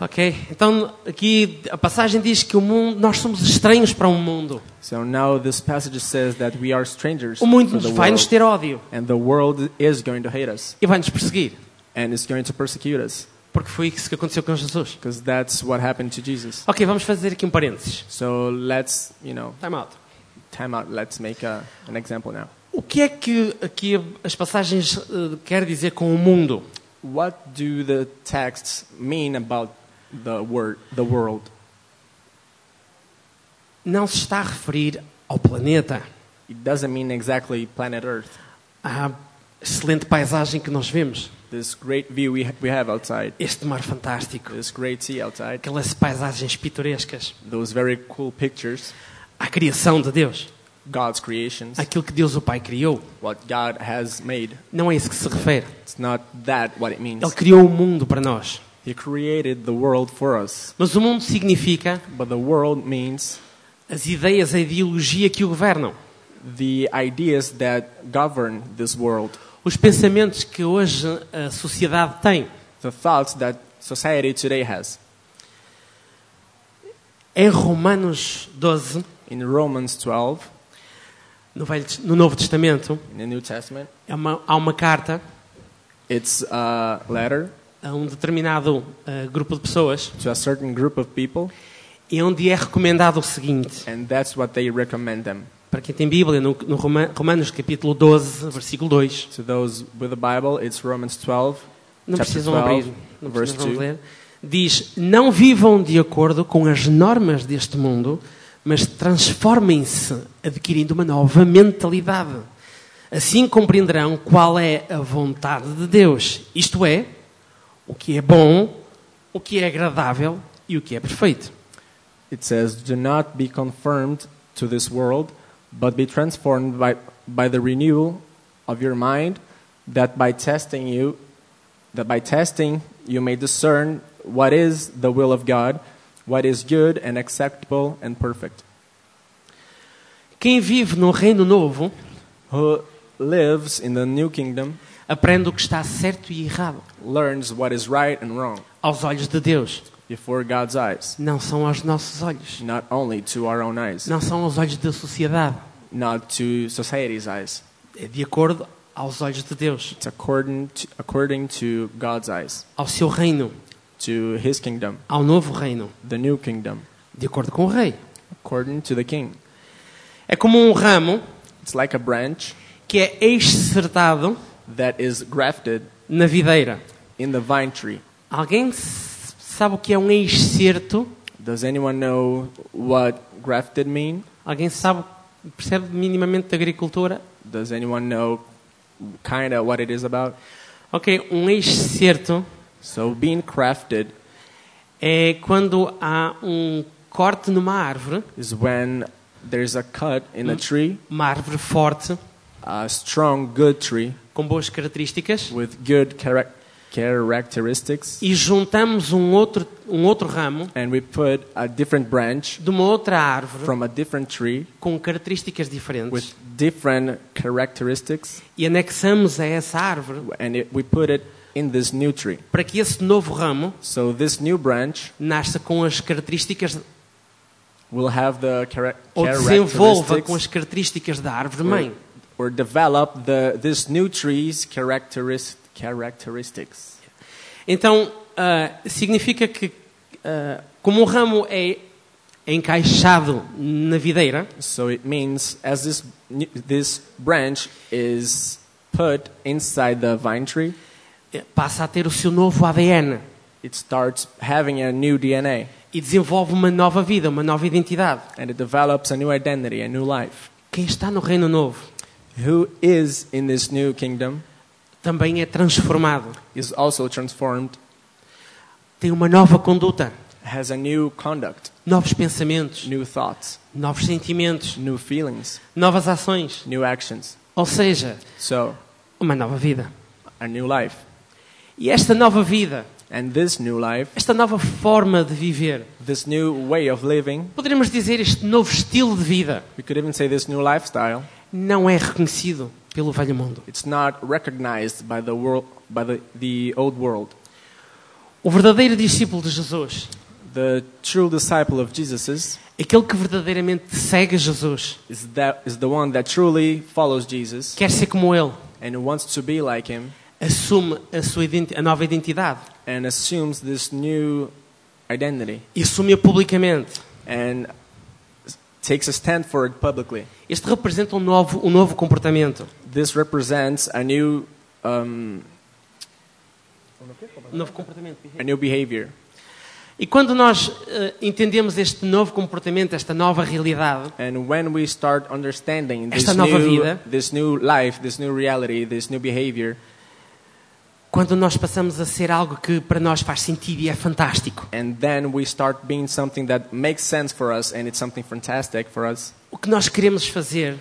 Speaker 1: Ok? Então, aqui a passagem diz que o mundo, nós somos estranhos para o mundo.
Speaker 2: So now this passage says that we are strangers
Speaker 1: O mundo
Speaker 2: to
Speaker 1: nos
Speaker 2: the
Speaker 1: vai nos
Speaker 2: world,
Speaker 1: ter ódio
Speaker 2: and the world is going to hate us
Speaker 1: e vai nos perseguir.
Speaker 2: and is going to persecute us
Speaker 1: Porque foi isso que aconteceu com Jesus.
Speaker 2: because that's what happened to Jesus.
Speaker 1: Ok, vamos fazer aqui um parênteses.
Speaker 2: So let's, you know,
Speaker 1: Time out.
Speaker 2: time out. Let's make a, an example now.
Speaker 1: O que é que aqui as passagens eh, quer dizer com o mundo?
Speaker 2: What do the texts mean about the word, the world?
Speaker 1: Não se está a referir ao planeta,
Speaker 2: It doesn't mean exactly planet Earth,
Speaker 1: à excelente paisagem que nós vemos,
Speaker 2: this great view we, ha- we have outside,
Speaker 1: este mar fantástico,
Speaker 2: this great sea outside,
Speaker 1: aquelas paisagens pitorescas,
Speaker 2: those very cool pictures,
Speaker 1: à criação de Deus,
Speaker 2: God's creations,
Speaker 1: aquilo que Deus o Pai criou.
Speaker 2: what God has made.
Speaker 1: Não é isso que se refere.
Speaker 2: It's not that what it means.
Speaker 1: Ele criou o mundo para nós.
Speaker 2: He created the world for us,
Speaker 1: Mas o mundo significa
Speaker 2: but the world means
Speaker 1: as ideias, a ideologia que o governam,
Speaker 2: the ideas that govern this world,
Speaker 1: os pensamentos que hoje a sociedade tem.
Speaker 2: the thoughts that society today has.
Speaker 1: Em Romanos 12,
Speaker 2: In Romans 12,
Speaker 1: no, Velho- no Novo Testamento,
Speaker 2: in the New Testament,
Speaker 1: há uma, há uma carta
Speaker 2: it's a letter
Speaker 1: a um determinado eh, grupo de pessoas
Speaker 2: to a certain group of people,
Speaker 1: e onde é recomendado o seguinte,
Speaker 2: and that's what they recommend them.
Speaker 1: para quem tem Bíblia, no, no Roma- Romanos capítulo 12, versículo 2,
Speaker 2: To those with the Bible, it's Romans 12,
Speaker 1: não
Speaker 2: chapter
Speaker 1: precisam abrir,
Speaker 2: 12,
Speaker 1: não
Speaker 2: verse
Speaker 1: precisam
Speaker 2: 2.
Speaker 1: ler, diz, não vivam de acordo com as normas deste mundo, mas transformem-se, adquirindo uma nova mentalidade. Assim compreenderão qual é a vontade de Deus, isto é, o que é bom, o que é agradável e o que é perfeito.
Speaker 2: It says, Do not be conformed to this world, but be transformed by, by the renewal of your mind, that by testing you that by testing you may discern what is the will of God, what is good and acceptable and perfect.
Speaker 1: Quem vive no reino novo
Speaker 2: Who lives in the new kingdom
Speaker 1: aprende o que está certo e errado
Speaker 2: learns what is right and wrong
Speaker 1: aos olhos de Deus.
Speaker 2: before God's eyes,
Speaker 1: Não são aos nossos olhos.
Speaker 2: not only to our own eyes,
Speaker 1: Não são aos olhos da sociedade.
Speaker 2: not to society's eyes.
Speaker 1: É de acordo aos olhos de Deus,
Speaker 2: It's according to, according to God's eyes,
Speaker 1: ao seu reino,
Speaker 2: to his kingdom.
Speaker 1: ao novo reino,
Speaker 2: the new kingdom,
Speaker 1: de acordo com o rei.
Speaker 2: according to the king.
Speaker 1: É como um ramo
Speaker 2: It's like a branch
Speaker 1: que é excertado
Speaker 2: that is grafted
Speaker 1: na videira.
Speaker 2: in the vine tree.
Speaker 1: Alguém s- sabe o que é um excerto?
Speaker 2: Does anyone know what grafted mean?
Speaker 1: Alguém sabe, percebe minimamente de agricultura?
Speaker 2: Does anyone know kind of what it is about?
Speaker 1: Ok, um excerto
Speaker 2: So being crafted
Speaker 1: é quando há um corte numa árvore
Speaker 2: is when there's a cut in a tree,
Speaker 1: uma árvore forte,
Speaker 2: a strong good tree
Speaker 1: com boas características,
Speaker 2: with good charac- characteristics
Speaker 1: e juntamos um outro, um outro ramo
Speaker 2: and we put a different branch
Speaker 1: de uma outra árvore
Speaker 2: from a different tree
Speaker 1: com características diferentes
Speaker 2: with different characteristics
Speaker 1: e anexamos a essa árvore
Speaker 2: and it, we put it in this new tree.
Speaker 1: para que esse novo ramo
Speaker 2: So this new branch
Speaker 1: nasça com as características
Speaker 2: will have the chara-
Speaker 1: ou desenvolva com as
Speaker 2: characteristics
Speaker 1: características da árvore mãe.
Speaker 2: or develop the this new tree's characteris- characteristics.
Speaker 1: Então, ah, significa que, ah, como o ramo é encaixado na videira,
Speaker 2: So it means as this new- this branch is put inside the vine tree,
Speaker 1: eh, passa a ter o seu novo ADN
Speaker 2: it starts having a new DNA
Speaker 1: e desenvolve uma nova vida, uma nova identidade.
Speaker 2: and it develops a new identity, a new life.
Speaker 1: Quem está no Reino Novo
Speaker 2: Who is in this new kingdom
Speaker 1: também é transformado,
Speaker 2: is also transformed,
Speaker 1: tem uma nova conduta,
Speaker 2: has a new conduct,
Speaker 1: novos pensamentos,
Speaker 2: new thoughts,
Speaker 1: novos sentimentos,
Speaker 2: new feelings,
Speaker 1: novas ações.
Speaker 2: new actions.
Speaker 1: Ou seja,
Speaker 2: So,
Speaker 1: uma nova vida.
Speaker 2: a new life.
Speaker 1: E esta nova vida,
Speaker 2: And this new life,
Speaker 1: esta nova forma de viver,
Speaker 2: this new way of living,
Speaker 1: poderíamos dizer este novo estilo de vida,
Speaker 2: we could even say this new lifestyle,
Speaker 1: não é reconhecido pelo velho mundo.
Speaker 2: it's not recognized by the world by the, the old world.
Speaker 1: O verdadeiro discípulo de Jesus,
Speaker 2: The true disciple of Jesus is,
Speaker 1: aquele que verdadeiramente segue Jesus,
Speaker 2: is that is the one that truly follows Jesus
Speaker 1: quer ser como ele,
Speaker 2: and wants to be like him
Speaker 1: assume a, sua identi- a nova identidade
Speaker 2: and assumes this new identity
Speaker 1: e assume-a publicamente.
Speaker 2: and takes a stand for it publicly.
Speaker 1: Este representa um novo, um novo comportamento.
Speaker 2: This represents a new um,
Speaker 1: Um novo comportamento.
Speaker 2: a new behavior.
Speaker 1: E quando nós eh, entendemos este novo comportamento, esta nova realidade,
Speaker 2: And when we start understanding this
Speaker 1: Esta nova
Speaker 2: new,
Speaker 1: vida.
Speaker 2: this new life, this new reality, this new behavior,
Speaker 1: quando nós passamos a ser algo que para nós faz sentido e é fantástico,
Speaker 2: and then we start being something that makes sense for us and it's something fantastic for us,
Speaker 1: o que nós queremos fazer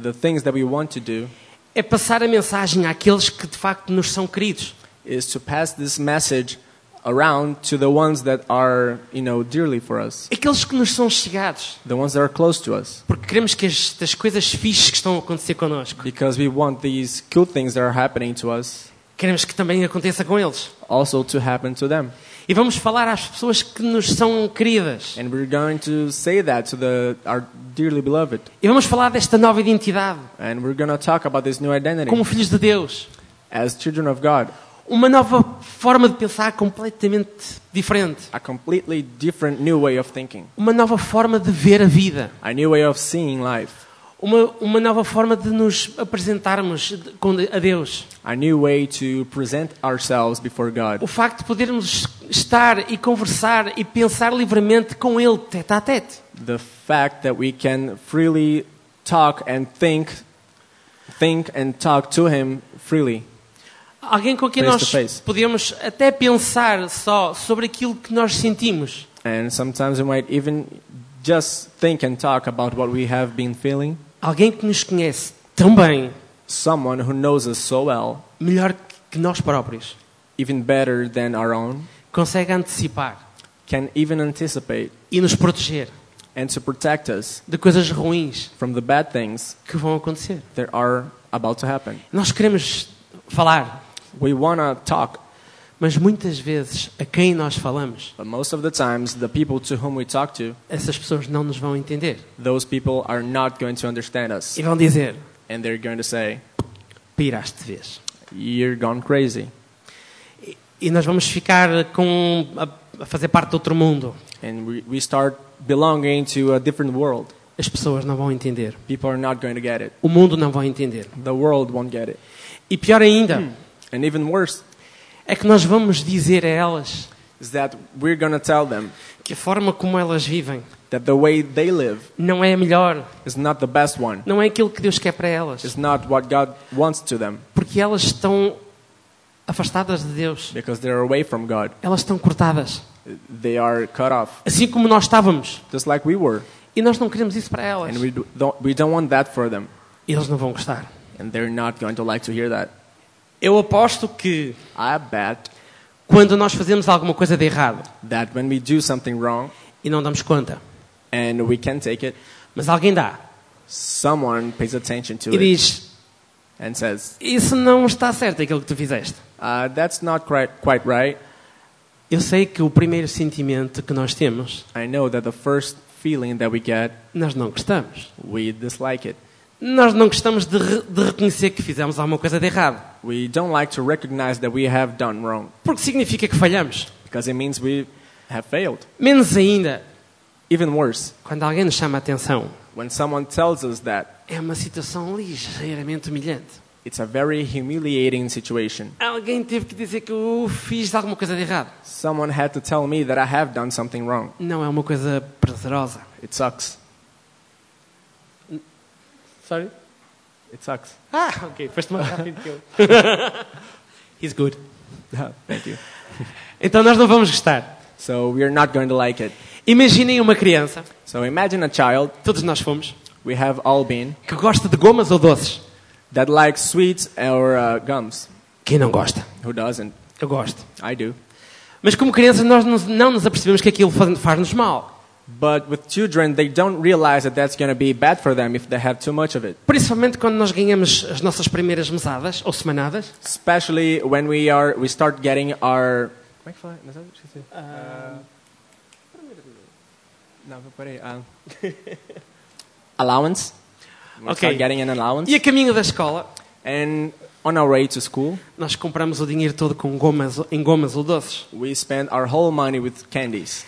Speaker 2: the things that we want to do
Speaker 1: é passar a mensagem àqueles que de facto nos são queridos.
Speaker 2: is to pass this message around to the ones that are, you know, dearly for us,
Speaker 1: Aqueles que nos são chegados.
Speaker 2: the ones that are close to us,
Speaker 1: Porque queremos que estas coisas fixes que estão a acontecer connosco,
Speaker 2: because we want these cool things that are happening to us
Speaker 1: queremos que também aconteça com eles.
Speaker 2: also to happen to them.
Speaker 1: E vamos falar às pessoas que nos são queridas.
Speaker 2: And we're going to say that to the our dearly beloved,
Speaker 1: E vamos falar desta nova identidade,
Speaker 2: and we're going to talk about this new identity.
Speaker 1: como filhos de Deus.
Speaker 2: as children of God,
Speaker 1: Uma nova forma de pensar completamente diferente.
Speaker 2: a completely different new way of thinking,
Speaker 1: Uma nova forma de ver a vida.
Speaker 2: a new way of seeing life,
Speaker 1: Uma, uma nova forma de nos apresentarmos de- com- a Deus.
Speaker 2: a new way to present ourselves before God.
Speaker 1: O facto de podermos estar e conversar e pensar livremente com Ele, tete a tete.
Speaker 2: The fact that we can freely talk and think, think and talk to Him freely.
Speaker 1: Alguém com quem
Speaker 2: Face
Speaker 1: nós
Speaker 2: to face.
Speaker 1: podemos até pensar só sobre aquilo que nós sentimos,
Speaker 2: And sometimes we might even just think and talk about what we have been feeling.
Speaker 1: alguém que nos conhece tão bem,
Speaker 2: Someone who knows us so well,
Speaker 1: melhor que nós próprios,
Speaker 2: even better than our own,
Speaker 1: consegue antecipar
Speaker 2: can even anticipate
Speaker 1: e nos proteger
Speaker 2: and to protect us
Speaker 1: de coisas ruins
Speaker 2: from the bad things
Speaker 1: que vão acontecer.
Speaker 2: that are about to happen.
Speaker 1: Nós queremos falar,
Speaker 2: We want to talk,
Speaker 1: mas muitas vezes a quem nós falamos,
Speaker 2: but most of the times, the people to whom we talk to,
Speaker 1: essas pessoas não nos vão entender
Speaker 2: those people are not going to understand us.
Speaker 1: e vão dizer:
Speaker 2: And they're going to say,
Speaker 1: piraste vez.
Speaker 2: You're gone crazy.
Speaker 1: E nós vamos ficar com a, a fazer parte de outro mundo.
Speaker 2: And we, we start belonging to a different world.
Speaker 1: As pessoas não vão entender.
Speaker 2: People are not going to get it.
Speaker 1: O mundo não vai entender.
Speaker 2: The world won't get it.
Speaker 1: E pior ainda,
Speaker 2: And even worse
Speaker 1: é que nós vamos dizer a elas
Speaker 2: is that we're going to tell them
Speaker 1: que a forma como elas vivem
Speaker 2: that the way they live
Speaker 1: não é a melhor,
Speaker 2: is not the best one,
Speaker 1: não é aquilo que Deus quer para elas,
Speaker 2: it's not what God wants to them
Speaker 1: porque elas estão afastadas de Deus,
Speaker 2: because they're away from God.
Speaker 1: elas estão cortadas,
Speaker 2: They are cut off,
Speaker 1: assim como nós estávamos,
Speaker 2: just like we were.
Speaker 1: e nós não queremos isso para elas.
Speaker 2: And we do- don't, we don't want that for them.
Speaker 1: Eles não vão gostar.
Speaker 2: and they're not going to like to hear that.
Speaker 1: Eu aposto que
Speaker 2: I bet
Speaker 1: quando nós fazemos alguma coisa de errado
Speaker 2: that when we do something wrong
Speaker 1: e não damos conta,
Speaker 2: and we can take it,
Speaker 1: mas alguém dá
Speaker 2: someone pays attention to
Speaker 1: e
Speaker 2: it
Speaker 1: diz:
Speaker 2: and says,
Speaker 1: Isso não está certo, aquilo que tu fizeste.
Speaker 2: uh, that's not quite, quite right.
Speaker 1: Eu sei que o primeiro sentimento que nós temos,
Speaker 2: I know that the first feeling that we get,
Speaker 1: nós não gostamos.
Speaker 2: we dislike it.
Speaker 1: Nós não gostamos de, re- de reconhecer que fizemos alguma coisa de errado,
Speaker 2: We don't like to recognize that we have done wrong
Speaker 1: porque significa que falhamos.
Speaker 2: because it means we have failed.
Speaker 1: Menos ainda,
Speaker 2: Even worse,
Speaker 1: quando alguém nos chama a atenção,
Speaker 2: when someone tells us that
Speaker 1: é uma situação ligeiramente humilhante.
Speaker 2: it's a very humiliating situation.
Speaker 1: Alguém teve que dizer que eu fiz alguma coisa de errado.
Speaker 2: Someone had to tell me that I have done something wrong.
Speaker 1: Não é uma coisa prazerosa.
Speaker 2: It sucks.
Speaker 1: Sorry?
Speaker 2: It sucks.
Speaker 1: Ah, ok, foste mais rápido que eu. He's good.
Speaker 2: Thank you.
Speaker 1: Então nós não vamos gostar.
Speaker 2: So we are not going to like it.
Speaker 1: Imaginem uma criança,
Speaker 2: So imagine a child,
Speaker 1: todos nós fomos,
Speaker 2: we have all been,
Speaker 1: que gosta de gomas ou doces.
Speaker 2: that likes sweets or uh, gums.
Speaker 1: Quem não gosta?
Speaker 2: Who doesn't?
Speaker 1: Eu gosto.
Speaker 2: I do.
Speaker 1: Mas como crianças nós nos- não nos apercebemos que aquilo faz- faz-nos mal.
Speaker 2: But with children, they don't realize that that's going to be bad for them if they have too much of it.
Speaker 1: Principalmente quando nós ganhamos as nossas primeiras mesadas ou semanadas.
Speaker 2: Especially when we are we start getting our. allowance. We
Speaker 1: Okay.
Speaker 2: start getting an allowance.
Speaker 1: E a caminho da escola,
Speaker 2: And on our way to school,
Speaker 1: nós compramos o dinheiro todo com gomas, em gomas ou doces.
Speaker 2: we spend our whole money with candies.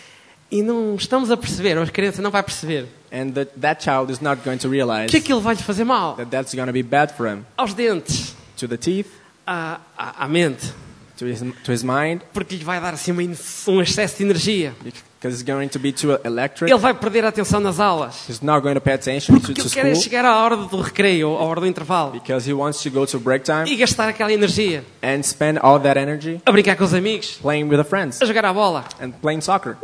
Speaker 1: E não estamos a perceber, ou a criança não vai perceber,
Speaker 2: And that, that child is not going to realize
Speaker 1: que aquilo vai-lhe fazer mal.
Speaker 2: that that's going to be bad for him.
Speaker 1: Aos dentes,
Speaker 2: To the teeth,
Speaker 1: à, à, à mente.
Speaker 2: to his, to his mind,
Speaker 1: Porque lhe vai dar assim uma in- um excesso de energia.
Speaker 2: because it's going to be too electric.
Speaker 1: Ele vai perder a atenção nas aulas.
Speaker 2: He's not going to pay attention
Speaker 1: Porque
Speaker 2: to,
Speaker 1: o que
Speaker 2: to
Speaker 1: ele quer é
Speaker 2: school
Speaker 1: chegar à hora do recreio, ou à hora do intervalo.
Speaker 2: because he wants to go to break time
Speaker 1: E gastar aquela energia.
Speaker 2: and spend all that energy
Speaker 1: A brincar com os amigos.
Speaker 2: playing with the friends
Speaker 1: A jogar a bola.
Speaker 2: and playing soccer.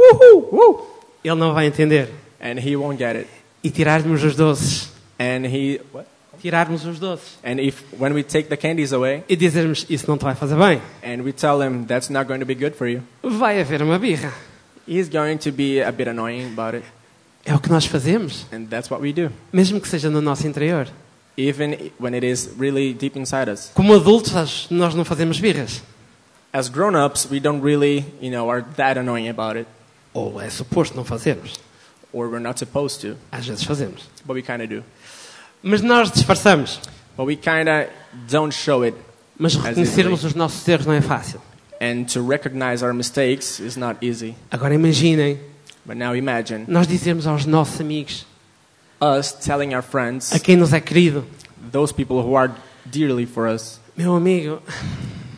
Speaker 1: Ele não vai entender.
Speaker 2: And he won't get it.
Speaker 1: E tirarmos os doces.
Speaker 2: And he what?
Speaker 1: Tirarmos os doces.
Speaker 2: And if when we take the candies away
Speaker 1: E dizermos, isso não te vai fazer bem.
Speaker 2: and we tell him that's not going to be good for you,
Speaker 1: Vai haver uma birra.
Speaker 2: he's going to be a bit annoying about it.
Speaker 1: É o que nós fazemos.
Speaker 2: And that's what we do.
Speaker 1: Mesmo que seja no nosso interior.
Speaker 2: Even i- when it is really deep inside us.
Speaker 1: Como adultos, nós- nós não fazemos birras.
Speaker 2: As grown-ups, we don't really, you know, are that annoying about it
Speaker 1: Ou é suposto não fazermos.
Speaker 2: or we're not supposed to,
Speaker 1: Às vezes fazemos.
Speaker 2: but we kind of do.
Speaker 1: Mas nós disfarçamos.
Speaker 2: But we kind of don't show it
Speaker 1: Mas reconhecermos os nossos erros não é fácil.
Speaker 2: And to recognize our mistakes is not easy.
Speaker 1: Agora imaginem,
Speaker 2: But now imagine
Speaker 1: nós dizemos aos nossos amigos,
Speaker 2: us telling
Speaker 1: a
Speaker 2: our friends,
Speaker 1: quem nos é querido,
Speaker 2: those people who are dearly for us,
Speaker 1: meu amigo,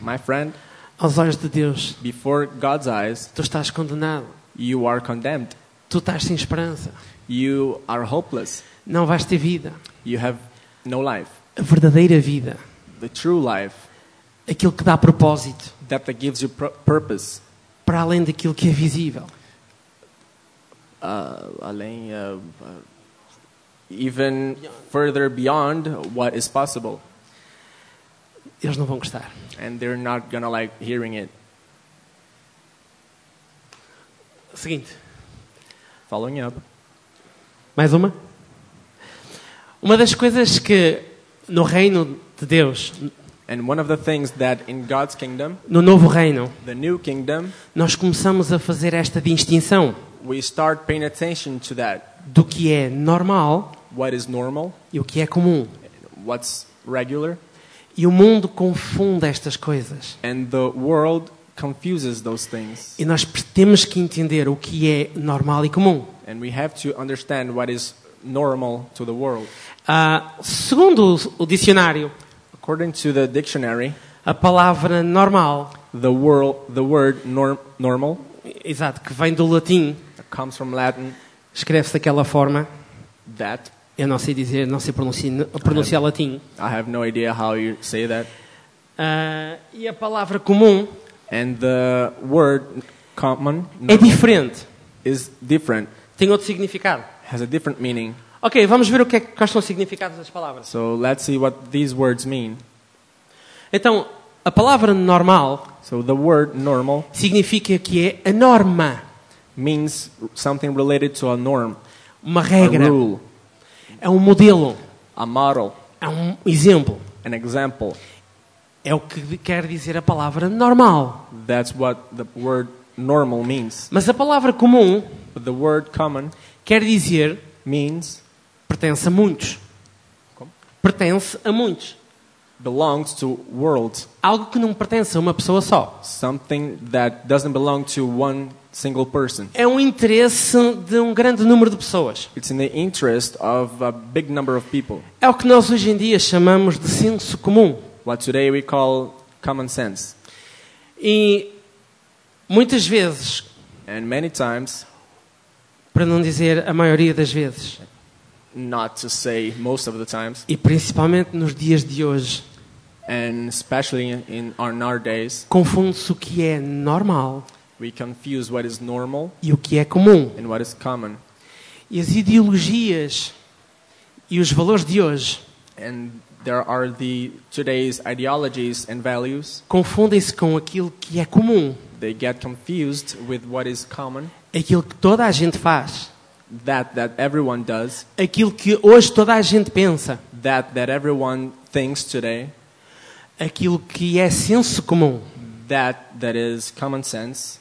Speaker 2: my friend,
Speaker 1: aos olhos de Deus,
Speaker 2: before God's eyes,
Speaker 1: tu estás condenado,
Speaker 2: you are condemned.
Speaker 1: tu estás sem esperança,
Speaker 2: You are hopeless.
Speaker 1: não vais ter vida.
Speaker 2: You have no life.
Speaker 1: A verdadeira vida,
Speaker 2: The true life
Speaker 1: aquilo que dá propósito,
Speaker 2: that, that gives you pr- purpose.
Speaker 1: para além daquilo que é visível.
Speaker 2: Uh, além, uh, uh, even further beyond what is possible.
Speaker 1: Eles não vão gostar.
Speaker 2: And they're not going to like hearing it.
Speaker 1: Seguinte,
Speaker 2: Following up.
Speaker 1: mais uma? Uma das coisas que no reino de Deus,
Speaker 2: And one of the things that in God's kingdom,
Speaker 1: no novo reino,
Speaker 2: the new kingdom,
Speaker 1: nós começamos a fazer esta distinção
Speaker 2: we start paying attention to that.
Speaker 1: do que é normal
Speaker 2: What is normal?
Speaker 1: e o que é comum.
Speaker 2: What's regular?
Speaker 1: E o mundo confunde estas coisas.
Speaker 2: And the world confuses those things.
Speaker 1: E nós temos que entender o que é normal e comum.
Speaker 2: And we have to understand what is normal to the world.
Speaker 1: Ah, segundo o- o dicionário,
Speaker 2: According to the dictionary,
Speaker 1: a palavra normal,
Speaker 2: the, world, the word norm, normal
Speaker 1: exato, que vem do latim,
Speaker 2: comes from Latin
Speaker 1: escreve-se daquela forma.
Speaker 2: that.
Speaker 1: Eu não sei dizer, não sei pronunciar, pronunciar latim.
Speaker 2: I have no idea how you say that.
Speaker 1: Ah, e a palavra comum
Speaker 2: And the word common
Speaker 1: é
Speaker 2: normal,
Speaker 1: diferente,
Speaker 2: is different,
Speaker 1: tem outro significado.
Speaker 2: has a different meaning.
Speaker 1: Ok, vamos ver o que é, quais são os significados das palavras.
Speaker 2: So let's see what these words mean.
Speaker 1: Então, A palavra normal
Speaker 2: So the word normal
Speaker 1: significa que é a norma,
Speaker 2: means something related to a norm,
Speaker 1: uma
Speaker 2: a
Speaker 1: regra,
Speaker 2: rule,
Speaker 1: é um modelo,
Speaker 2: a model,
Speaker 1: é um exemplo.
Speaker 2: an example.
Speaker 1: É o que quer dizer a palavra normal.
Speaker 2: That's what the word normal means.
Speaker 1: Mas a palavra comum
Speaker 2: But the word common
Speaker 1: quer dizer
Speaker 2: means
Speaker 1: pertence a muitos.
Speaker 2: Como?
Speaker 1: Pertence a muitos.
Speaker 2: belongs to world,
Speaker 1: Algo que não pertence a uma pessoa só.
Speaker 2: something that doesn't belong to one single person.
Speaker 1: É um interesse de um grande número de pessoas.
Speaker 2: It's in the interest of a big number of people.
Speaker 1: É o que nós hoje em dia chamamos de senso comum.
Speaker 2: What today we call common sense.
Speaker 1: E muitas vezes,
Speaker 2: And many times,
Speaker 1: para não dizer a maioria das vezes,
Speaker 2: not to say most of the times,
Speaker 1: e principalmente nos dias de hoje,
Speaker 2: and especially in, on our days,
Speaker 1: confunde-se o que é normal
Speaker 2: we confuse what is normal
Speaker 1: e o que é comum.
Speaker 2: and what is common.
Speaker 1: E as ideologias e os valores de hoje
Speaker 2: And there are the today's ideologies and values.
Speaker 1: confundem-se com aquilo que é comum,
Speaker 2: They get confused with what is common,
Speaker 1: aquilo que toda a gente faz,
Speaker 2: that that everyone does,
Speaker 1: aquilo que hoje toda a gente pensa,
Speaker 2: that that everyone thinks today,
Speaker 1: aquilo que é senso comum.
Speaker 2: that that is common sense.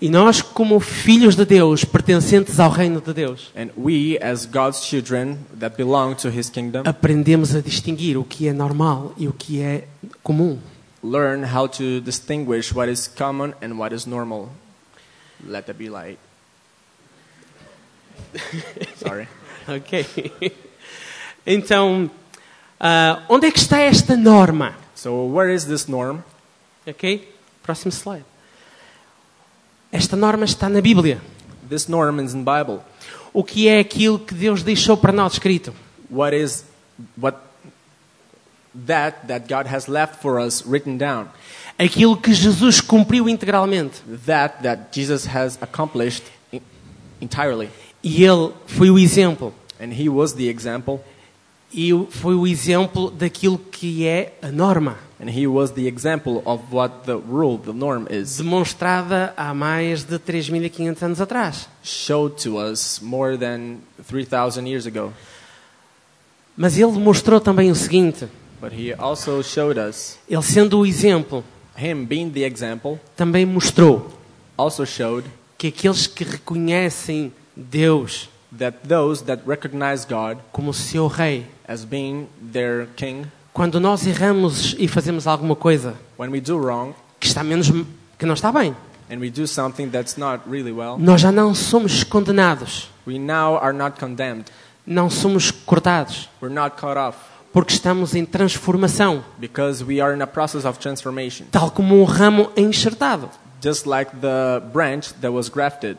Speaker 1: E nós, como filhos de Deus, pertencentes ao reino de Deus,
Speaker 2: And we, as God's children that belong to His
Speaker 1: Uh,
Speaker 2: kingdom,
Speaker 1: aprendemos a distinguir o que é normal e o que é comum.
Speaker 2: learn how to distinguish what is common and what is normal. Let that be light. Sorry.
Speaker 1: Ok? Então, ah, onde é que está esta norma?
Speaker 2: So, where is this norm?
Speaker 1: Ok? Próximo slide. Esta norma está na Bíblia.
Speaker 2: This norm is in Bible.
Speaker 1: O que é aquilo que Deus deixou para nós escrito?
Speaker 2: What is what that that God has left for us written down?
Speaker 1: Aquilo que Jesus cumpriu integralmente.
Speaker 2: That that Jesus has accomplished en- entirely,
Speaker 1: E ele foi o exemplo.
Speaker 2: and He was the example,
Speaker 1: E o- foi o exemplo daquilo que é a norma,
Speaker 2: and He was the example of what the rule, the norm is.
Speaker 1: demonstrada há mais de 3.500 anos atrás.
Speaker 2: showed to us more than 3,000 years ago.
Speaker 1: Mas ele mostrou também o seguinte:
Speaker 2: But he also showed us,
Speaker 1: ele sendo o exemplo,
Speaker 2: him being the example,
Speaker 1: também mostrou
Speaker 2: also showed
Speaker 1: que aqueles que reconhecem Deus
Speaker 2: that those that recognize God
Speaker 1: como seu rei,
Speaker 2: as being their king,
Speaker 1: quando nós erramos e fazemos alguma coisa
Speaker 2: when we do wrong
Speaker 1: que está menos que não está bem,
Speaker 2: and we do something that's not really well,
Speaker 1: nós já não somos condenados,
Speaker 2: we now are not condemned.
Speaker 1: não somos cortados,
Speaker 2: We're not cut off
Speaker 1: porque estamos em transformação,
Speaker 2: because we are in a process of transformation,
Speaker 1: tal como um ramo enxertado.
Speaker 2: just like the branch that was grafted.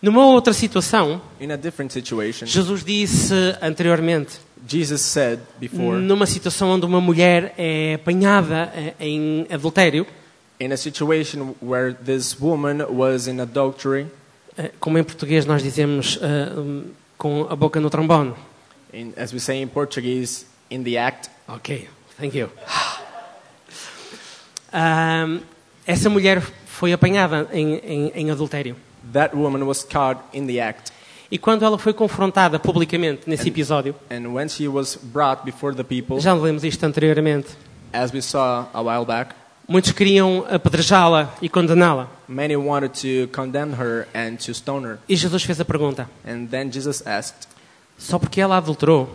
Speaker 1: Numa outra situação,
Speaker 2: In a different situation,
Speaker 1: Jesus disse anteriormente,
Speaker 2: Jesus said before,
Speaker 1: numa situação onde uma mulher é apanhada eh, em adultério,
Speaker 2: in a situation where this woman was in adultery,
Speaker 1: eh, como em português nós dizemos eh, hum, com a boca no trombone.
Speaker 2: in, as we say in Portuguese, in the act,
Speaker 1: Ok, thank you. Ahm, essa mulher foi apanhada em, em- em adultério.
Speaker 2: that woman was caught in the act.
Speaker 1: E quando ela foi confrontada publicamente nesse episódio,
Speaker 2: And when she was brought before the people,
Speaker 1: já lemos isto anteriormente,
Speaker 2: as we saw a while back,
Speaker 1: muitos queriam apedrejá-la e condená-la.
Speaker 2: many wanted to condemn her and to stone her.
Speaker 1: E Jesus fez a pergunta:
Speaker 2: And then Jesus asked,
Speaker 1: só porque ela adulterou,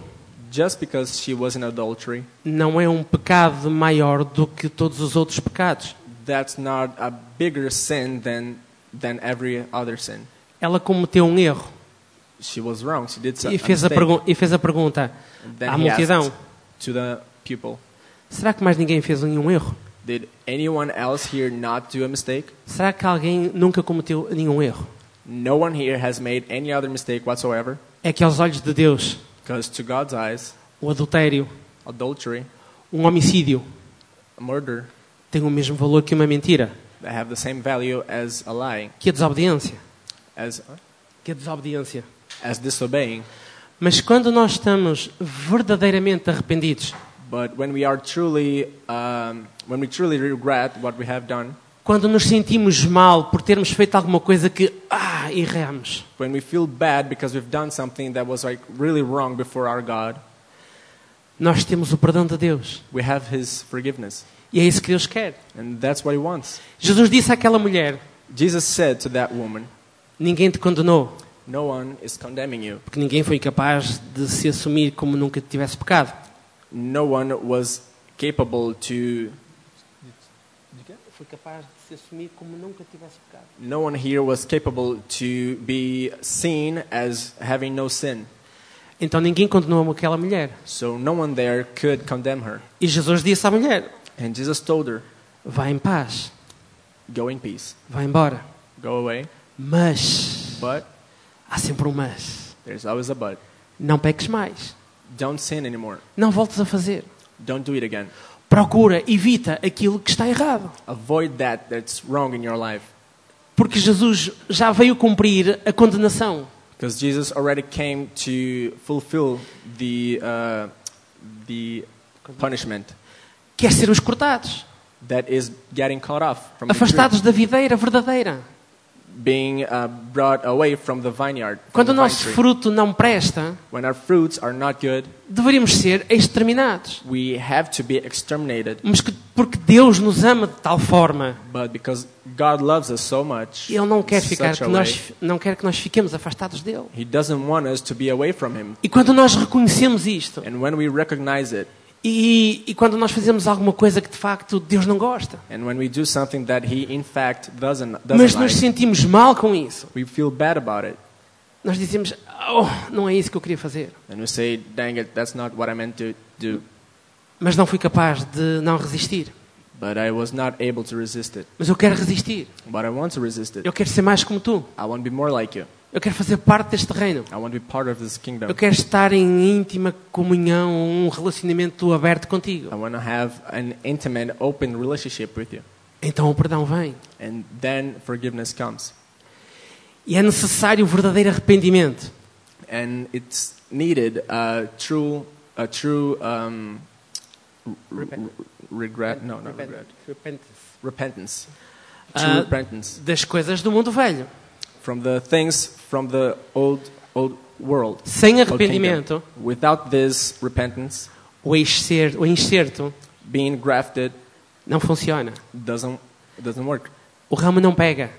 Speaker 2: just because she was in adultery,
Speaker 1: não é um pecado maior do que todos os outros pecados?
Speaker 2: that's not a bigger sin than, than every other sin.
Speaker 1: Ela cometeu um erro
Speaker 2: She was wrong. She did
Speaker 1: e
Speaker 2: something.
Speaker 1: fez a, pergun- e fez a pergunta à
Speaker 2: Then he
Speaker 1: multidão:
Speaker 2: asked to the people,
Speaker 1: será que mais ninguém fez nenhum erro?
Speaker 2: did anyone else here not do a mistake?
Speaker 1: Será que alguém nunca cometeu nenhum erro?
Speaker 2: No one here has made any other mistake whatsoever.
Speaker 1: É que aos olhos de Deus,
Speaker 2: Because to God's eyes,
Speaker 1: o adultério,
Speaker 2: adultery,
Speaker 1: um homicídio,
Speaker 2: murder,
Speaker 1: tem o mesmo valor que uma mentira,
Speaker 2: they have the same value as a lie,
Speaker 1: que a desobediência,
Speaker 2: as,
Speaker 1: que a desobediência.
Speaker 2: as disobeying.
Speaker 1: Mas quando nós estamos verdadeiramente arrependidos,
Speaker 2: But when we are truly, um, when we truly regret what we have done,
Speaker 1: Quando nos sentimos mal por termos feito alguma coisa que, ah, erramos.
Speaker 2: when we feel bad because we've done something that was like really wrong before our God,
Speaker 1: Nós temos o perdão de Deus.
Speaker 2: we have His forgiveness,
Speaker 1: E é isso que Deus quer.
Speaker 2: and that's what He wants.
Speaker 1: Jesus disse àquela mulher:
Speaker 2: Jesus said to that woman,
Speaker 1: Ninguém te condenou,
Speaker 2: "No one is condemning you.
Speaker 1: porque ninguém foi capaz de se assumir como nunca tivesse pecado.
Speaker 2: No one was capable to.
Speaker 1: Foi capaz de se assumir como nunca tivesse pecado.
Speaker 2: No one here was capable to be seen as having no sin.
Speaker 1: Então ninguém condenou aquela mulher.
Speaker 2: So no one there could condemn her."
Speaker 1: E Jesus disse à mulher:
Speaker 2: And Jesus told her,
Speaker 1: Vá em paz,
Speaker 2: "Go in peace.
Speaker 1: vá embora.
Speaker 2: Go away."
Speaker 1: Mas,
Speaker 2: But
Speaker 1: há sempre um mas.
Speaker 2: there's always a but.
Speaker 1: Não peques mais.
Speaker 2: Don't sin anymore.
Speaker 1: Não voltes a fazer.
Speaker 2: Don't do it again.
Speaker 1: Procura, evita aquilo que está errado.
Speaker 2: Avoid that that's wrong in your life.
Speaker 1: Porque Jesus já veio cumprir a condenação.
Speaker 2: Because Jesus already came to fulfill the, uh, the punishment
Speaker 1: Quer ser os cortados,
Speaker 2: that is getting cut off from the
Speaker 1: afastados
Speaker 2: tree,
Speaker 1: da videira verdadeira.
Speaker 2: being uh, brought away from the vineyard. from
Speaker 1: Quando
Speaker 2: the
Speaker 1: o
Speaker 2: vine
Speaker 1: nosso
Speaker 2: tree.
Speaker 1: fruto não presta,
Speaker 2: When our fruits are not good,
Speaker 1: deveríamos ser exterminados.
Speaker 2: we have to be exterminated.
Speaker 1: Mas que, porque Deus nos ama de tal forma,
Speaker 2: But because God loves us so much,
Speaker 1: Ele não quer,
Speaker 2: in
Speaker 1: ficar
Speaker 2: such a
Speaker 1: que
Speaker 2: way,
Speaker 1: nós, não quer que nós fiquemos afastados dele.
Speaker 2: He doesn't want us to be away from Him.
Speaker 1: E quando nós reconhecemos isto,
Speaker 2: And when we recognize it,
Speaker 1: e, e quando nós fazemos alguma coisa que de facto Deus não gosta,
Speaker 2: and when we do something that He in fact doesn't,
Speaker 1: mas
Speaker 2: doesn't
Speaker 1: nos
Speaker 2: like,
Speaker 1: sentimos mal com isso,
Speaker 2: we feel bad about it.
Speaker 1: nós dizemos: Oh, não é isso que eu queria fazer.
Speaker 2: And we say, dang it, that's not what I meant to do.
Speaker 1: Mas não fui capaz de não resistir.
Speaker 2: But I was not able to resist it.
Speaker 1: Mas eu quero resistir.
Speaker 2: But I want to resist it.
Speaker 1: Eu quero ser mais como tu.
Speaker 2: I want to be more like you.
Speaker 1: Eu quero fazer parte deste reino.
Speaker 2: I want to be part of this
Speaker 1: Eu
Speaker 2: kingdom.
Speaker 1: quero estar em íntima comunhão, um relacionamento aberto
Speaker 2: I
Speaker 1: contigo.
Speaker 2: want to have an intimate, open relationship with you.
Speaker 1: Então o perdão vem.
Speaker 2: And then forgiveness comes.
Speaker 1: E é necessário o verdadeiro arrependimento.
Speaker 2: And it's needed a true, a true um, r- r- regret. No, not regret. Repentance. True
Speaker 1: Uh,
Speaker 2: repentance
Speaker 1: Das coisas do mundo velho.
Speaker 2: from the things from the old, old world.
Speaker 1: Sem
Speaker 2: old kingdom.
Speaker 1: arrependimento,
Speaker 2: Without this repentance,
Speaker 1: o, excer, o enxerto
Speaker 2: being grafted
Speaker 1: não funciona.
Speaker 2: doesn't doesn't work.
Speaker 1: O ramo não pega.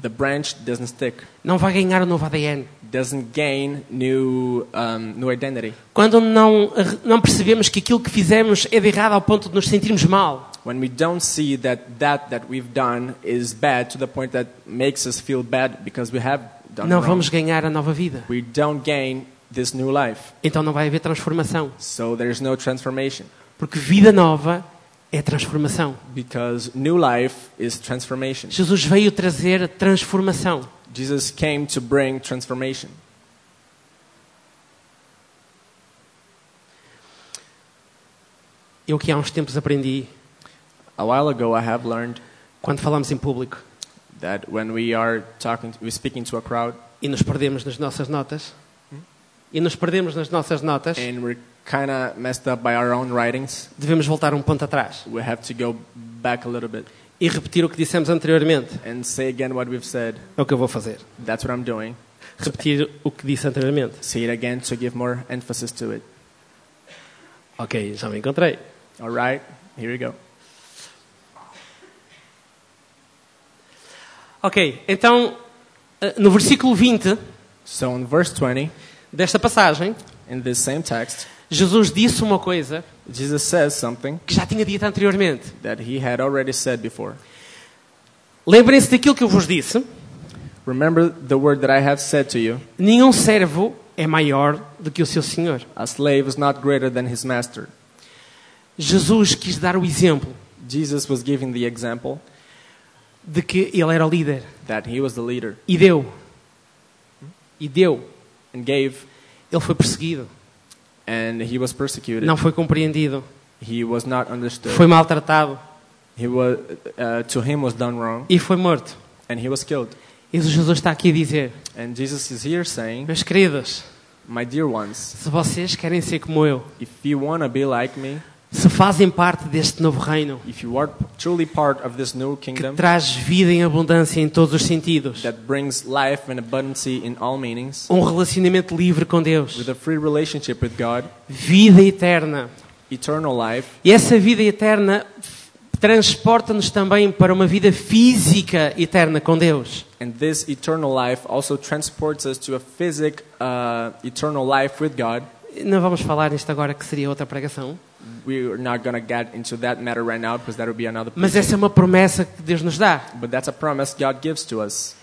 Speaker 2: The branch doesn't stick.
Speaker 1: Não vai ganhar o novo ADN.
Speaker 2: Doesn't gain new um, new identity.
Speaker 1: Quando não, ar- não percebemos que aquilo que fizemos é de errado ao ponto de nos sentirmos mal,
Speaker 2: When we don't see that that that we've done is bad to the point that makes us feel bad because we have done
Speaker 1: não
Speaker 2: wrong,
Speaker 1: vamos ganhar a nova vida.
Speaker 2: we don't gain this new life.
Speaker 1: Então não vai haver transformação.
Speaker 2: So there's no transformation
Speaker 1: Porque vida nova é transformação.
Speaker 2: because new life is transformation.
Speaker 1: Jesus veio trazer a transformação.
Speaker 2: Jesus came to bring transformation.
Speaker 1: Eu que há uns tempos aprendi,
Speaker 2: A while ago, I have learned
Speaker 1: quando falamos em público
Speaker 2: that when we are talking, we're speaking to a crowd,
Speaker 1: e nos perdemos nas nossas notas, e nos perdemos nas nossas notas,
Speaker 2: and we're kind of messed up by our own writings.
Speaker 1: devemos voltar um ponto atrás
Speaker 2: We have to go back a little bit
Speaker 1: e repetir o que dissemos anteriormente.
Speaker 2: and say again what we've said.
Speaker 1: É o que eu vou fazer.
Speaker 2: That's what I'm doing.
Speaker 1: Repetir o que disse anteriormente.
Speaker 2: Say it again to give more emphasis to it.
Speaker 1: Ok, já me encontrei.
Speaker 2: All right, here we go.
Speaker 1: Ok, então, eh, no versículo 20
Speaker 2: So in verse 20,
Speaker 1: desta passagem,
Speaker 2: in this same text,
Speaker 1: Jesus disse uma coisa
Speaker 2: Jesus says something
Speaker 1: que já tinha dito anteriormente.
Speaker 2: that he had already said before.
Speaker 1: Lembrem-se daquilo que eu vos disse:
Speaker 2: Remember the word that I have said to you
Speaker 1: nenhum servo é maior do que o seu senhor.
Speaker 2: a slave is not greater than his master.
Speaker 1: Jesus quis dar o exemplo
Speaker 2: Jesus was giving the example
Speaker 1: de que ele era o líder
Speaker 2: that he was the leader
Speaker 1: e deu. E deu.
Speaker 2: and gave,
Speaker 1: Ele foi perseguido,
Speaker 2: and he was persecuted.
Speaker 1: não foi compreendido,
Speaker 2: He was not understood.
Speaker 1: foi maltratado
Speaker 2: He was, uh, to him was done wrong,
Speaker 1: e foi morto.
Speaker 2: and he was killed.
Speaker 1: E Jesus está aqui a dizer:
Speaker 2: And Jesus is here saying,
Speaker 1: Meus queridos,
Speaker 2: My dear ones,
Speaker 1: se vocês querem ser como eu,
Speaker 2: if you want to be like me,
Speaker 1: se fazem parte deste novo reino,
Speaker 2: If you are truly part of this new
Speaker 1: que
Speaker 2: kingdom
Speaker 1: traz vida em abundância em todos os sentidos,
Speaker 2: that brings life and abundance in all meanings,
Speaker 1: um relacionamento livre com Deus,
Speaker 2: with a free relationship with God,
Speaker 1: vida eterna.
Speaker 2: eternal life,
Speaker 1: E essa vida eterna transporta-nos também para uma vida física eterna com Deus.
Speaker 2: and this eternal life also transports us to a physic, uh, eternal life with God.
Speaker 1: Não vamos falar nisto agora, que seria outra pregação,
Speaker 2: We're not gonna get into that matter right now because that would be another.
Speaker 1: mas essa é uma promessa que Deus nos dá.
Speaker 2: But that's a promise God gives to us.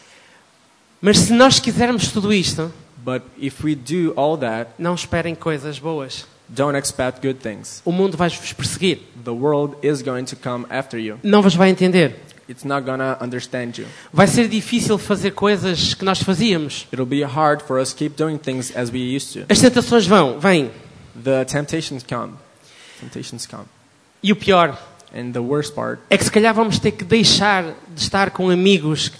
Speaker 1: Mas se nós quisermos tudo isto,
Speaker 2: But if we do all that,
Speaker 1: não esperem coisas boas.
Speaker 2: don't expect good things.
Speaker 1: O mundo vai-vos perseguir,
Speaker 2: The world is going to come after you.
Speaker 1: não vos vai entender.
Speaker 2: It's not gonna understand you.
Speaker 1: Vai ser difícil fazer coisas que nós fazíamos.
Speaker 2: It'll be hard for us to keep doing things as we used to.
Speaker 1: As tentações vão, vêm.
Speaker 2: The temptations come. Temptations come.
Speaker 1: E o pior
Speaker 2: And the worst part
Speaker 1: é que se calhar vamos ter que deixar de estar com amigos